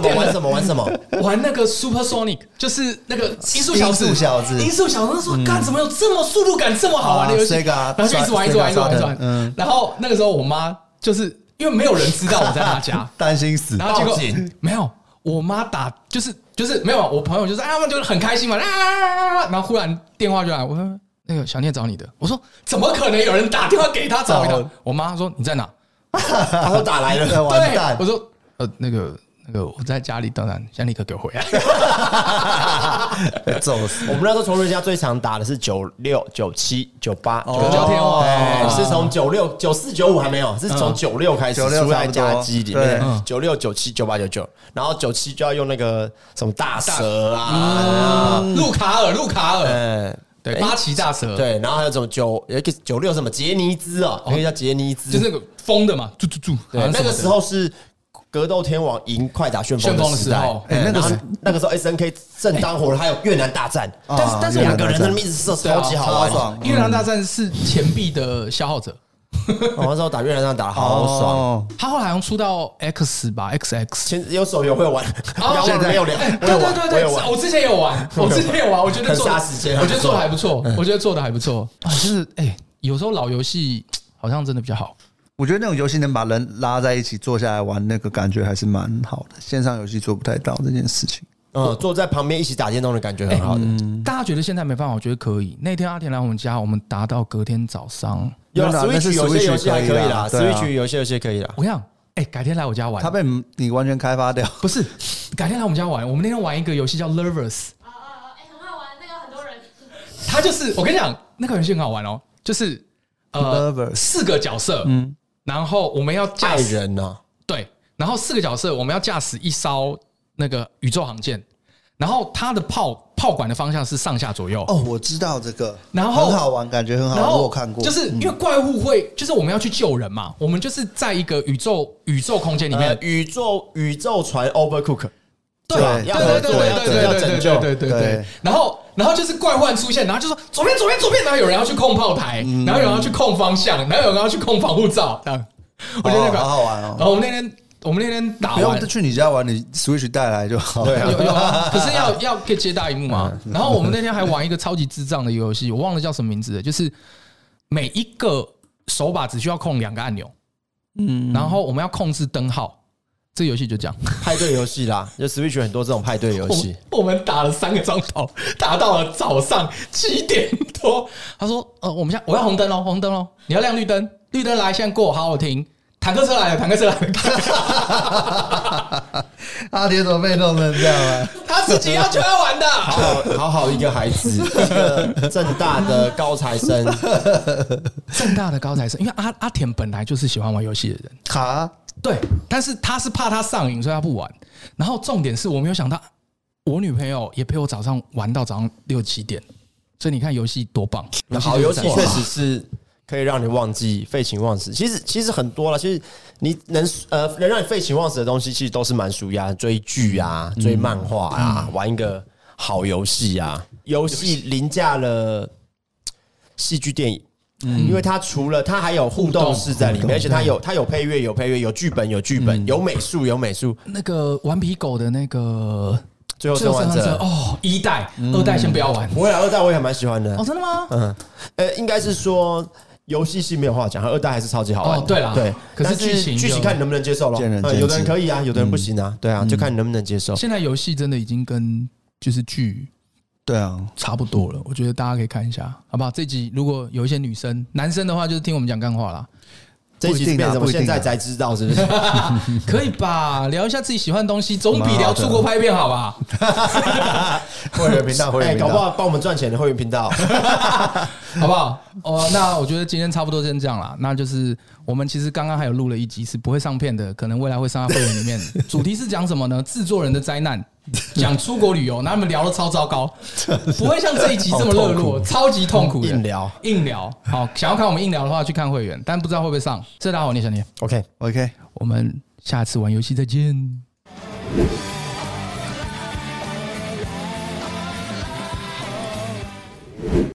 C: <laughs> 九
D: 么
C: 点
D: 玩
C: 了
D: 什么玩什么，
C: 玩那个 Super Sonic，就是那个音速小子，
B: 音速小子嗯
C: 音速小子那时候干怎么有这么速度感这么好玩的游戏？
B: 啊，Sega
C: 然后就一直玩，一直玩，一直玩，一直玩
B: Sega，嗯。，
C: 然后那个时候我妈就是因为没有人知道我在她家
B: <laughs> 担心死。
C: 啊然后结
D: 报
C: 果
D: 警
C: 没有，我妈打就是就是没有，我朋友就是啊，他们就是很开心嘛，啊啊啊啊啊，然后忽然电话就来，我说那个小聂找你的，我说怎么可能有人打电话给他找你的？我妈说你在哪？
D: 他说啊打来
B: 对
D: 了，
B: 哦 <laughs> 完
C: 对，
B: 蛋
C: 我说呃那个那个我在家里，当然先立刻给我回来。
B: 被揍死
D: 我们那时候从人家最常打的是九六、九七、九八、
B: 哦
D: 九九天王，哎是从九六、九四、九五还没有，是从九六开始
B: 96
D: 出来
B: 嗯差不
D: 加
B: 多
D: 机里
B: 对
D: 面
B: 嗯，
D: 九六、九七、九八、九九，然后九七就要用那个什么大蛇
B: 嗯
D: 啊，
C: 路卡尔，路卡尔，
D: 嗯，
C: 对，
D: 哎
C: 八旗大蛇，，
D: 对，然后还有什么九有一个九六什么杰尼兹哦，那个叫杰尼兹，
C: 就是那个疯的嘛，住住住，
D: 对
C: 好像
D: 那个
C: 什
D: 时
C: 么的
D: 候是格斗天王赢快打旋风
C: 旋风的
D: 时
C: 时
D: 代
C: 候，
B: 哎那个
D: 然后
B: 是
D: 那个时候 S N K 正当火热，还有越南大战，
B: 啊
D: 但是但是
B: 越南
D: 两
B: 大
D: 个人
B: 战
D: 在那边一直射，
C: 对啊
D: 超级好玩嗯
B: 超。爽
C: 越南大战是钱币的消耗者，
D: 我哦那时候打越南战打的好
B: 哦
D: 爽。！
C: 他后来好像出到 X 吧，XX。
D: 前有手游会玩，
C: 哦
D: 然后没有两，
C: 对
D: 我
C: 对
D: 有玩
C: 对
D: 我
C: 对，
D: 有玩
C: 我之前有玩，我之前有玩，我觉得做的
D: 很杀时间
C: 我觉得做的还不错，我觉得做的还不错。啊就是哎，有时候老游戏好像真的比较好。
B: 我觉得那种游戏能把人拉在一起坐下来玩，那个感觉还是蛮好的。线上游戏做不太到这件事情。
D: 嗯，坐在旁边一起打电动的感觉很好
B: 哎
D: 的，
B: 嗯
C: 大家觉得现在没办法，我觉得可以。那天阿田来我们家，我们达到隔天早上，
D: 有啊
B: 那那是
D: Switch 有些
B: Switch
D: 游戏还可以
B: 可
D: 啦
B: 以啦对啊
D: ，Switch 有些游戏可以啦。
C: 我想，哎，改天来我家玩
B: 它。被你完全开发掉，
C: 不是，改天来我们家玩。我们那天玩一个游戏叫 Lovers，
E: 啊啊啊！哎，很好玩，那个很多人。
C: 他就是我跟你讲，那个游戏很好玩哦，就是呃
B: Lovers
C: 四个角色，嗯，然后我们要驾
D: 爱
C: 驶
D: 人啊呢，
C: 对，然后四个角色我们要驾驶一艘那个宇宙航舰，然后它的炮炮管的方向是上下左右，
B: 哦，我知道这个，
C: 然后
B: 很好玩，感觉很好
C: 然
B: 玩，啊我
C: 后
B: 有看过，嗯
C: 就是因为怪物会，就是我们要去救人嘛，我们就是在一个宇宙宇宙空间里
D: 呃
C: 面，，
D: 宇宙宇宙船 Overcook，
B: 对
C: 对对
D: 要
C: 对
D: 合
C: 对
D: 作
C: 对
D: 要
C: 对
D: 要
C: 对
D: 拯
C: 对
D: 救
C: 对对对对
B: 对。
C: 然后然后就是怪幻出现，然后就说左边左边左边，然后有人要去控炮台，
B: 嗯
C: 然后有人要去控方向，然后有人要去控防护罩，这样。我觉得那个
B: 哦好好玩哦
C: 然后我们那天我们那天打
B: 不
C: 完
B: 用。去你家玩，你 Switch 带来就好。
D: 对啊
C: <laughs> 有有
D: <laughs>
C: 啊，可是要要可以接大荧幕啊。
D: 嗯
C: 然后我们那天还玩一个超级智障的游戏，我忘了叫什么名字了，就是每一个手把只需要控两个按钮，嗯，然后我们要控制灯号，这游戏就这样。
D: 派对游戏啦，就 Switch 很多这种派对游
C: 我
D: 戏
C: 们。我们打了三个钟头，打到了早上七点多。他说：“呃，我们现在我要红灯哦，红灯哦，你要亮绿灯，绿灯来，现在过，好，我停。坦克车来了，坦克车来了，
B: <laughs> 阿铁怎么被弄成这样啊？
C: 他自己要就要玩的。
D: <laughs> 好好好好一个孩子，一个正大的高材生，
C: 正大的高材生，因为阿阿田本来就是喜欢玩游戏的人，
B: 卡
C: 对，但是他是怕他上瘾，所以他不玩。然后重点是我没有想到，我女朋友也陪我早上玩到早上六七点，所以你看游戏多棒，
D: 好游戏
C: 就是这
D: 确
C: 样
D: 实是可以让你忘记废寝忘食。其实其实很多了，其实你能呃能让你废寝忘食的东西，其实都是蛮舒压，追剧啊、追嗯漫画啊、玩一个好游戏啊，游戏凌驾了戏剧电影。因为它除了它还有嗯互动嗯式在里面，而且它有它有配乐，有配乐，有剧本，有剧本，有美术，有美术。
C: 那个顽皮狗的那个
D: 最后生还者
C: 哦，一代、二代先不要玩
D: 不会啦，二代我也还蛮喜欢的
C: 哦，。真的吗？
D: 嗯，呃，应该是说游戏性没有话讲，它二代还是超级好玩的。
C: 哦对啦
D: 对，
C: 可是
D: 但
C: 剧情就
D: 剧情看你能不能接受咯。
B: 见仁见
D: 呃
B: 智嗯
D: 有的人可以啊，有的人不行啊，对啊，就看你能不能接受。
C: 现在游戏真的已经跟就是剧
B: 对啊，
C: 差不多了，我觉得大家可以看一下，好不好？这集如果有一些女生、男生的话，就是听我们讲干话啦，
D: 这一集
B: 不一定啊
D: 是变成我
B: 不一定啊
D: 现在才知道，是
B: <laughs>
D: 不是？嗯
C: 可以吧？聊一下自己喜欢的东西，总比聊出国拍片好吧？
B: 会员频道，会
D: 哎，
B: 员频
D: 搞不
B: 道，
D: 好帮我们赚钱的会员
B: <laughs>
D: 频道。
C: <laughs> 好不好？哦，那我觉得今天差不多先这样啦。那就是我们其实刚刚还有录了一集是不会上片的，可能未来会上到会员里面。主题是讲什么呢？ <laughs> 制作人的灾难，讲出国旅游，那他们聊的超糟糕，不会像这一集这么热络，超级痛苦的。
D: 硬聊，
C: 硬聊。好，想要看我们硬聊的话，去看会员，但不知道会不会上。这大家好，我是聂小聂，
D: OK。
B: OK。
C: 我们下次玩游戏再见。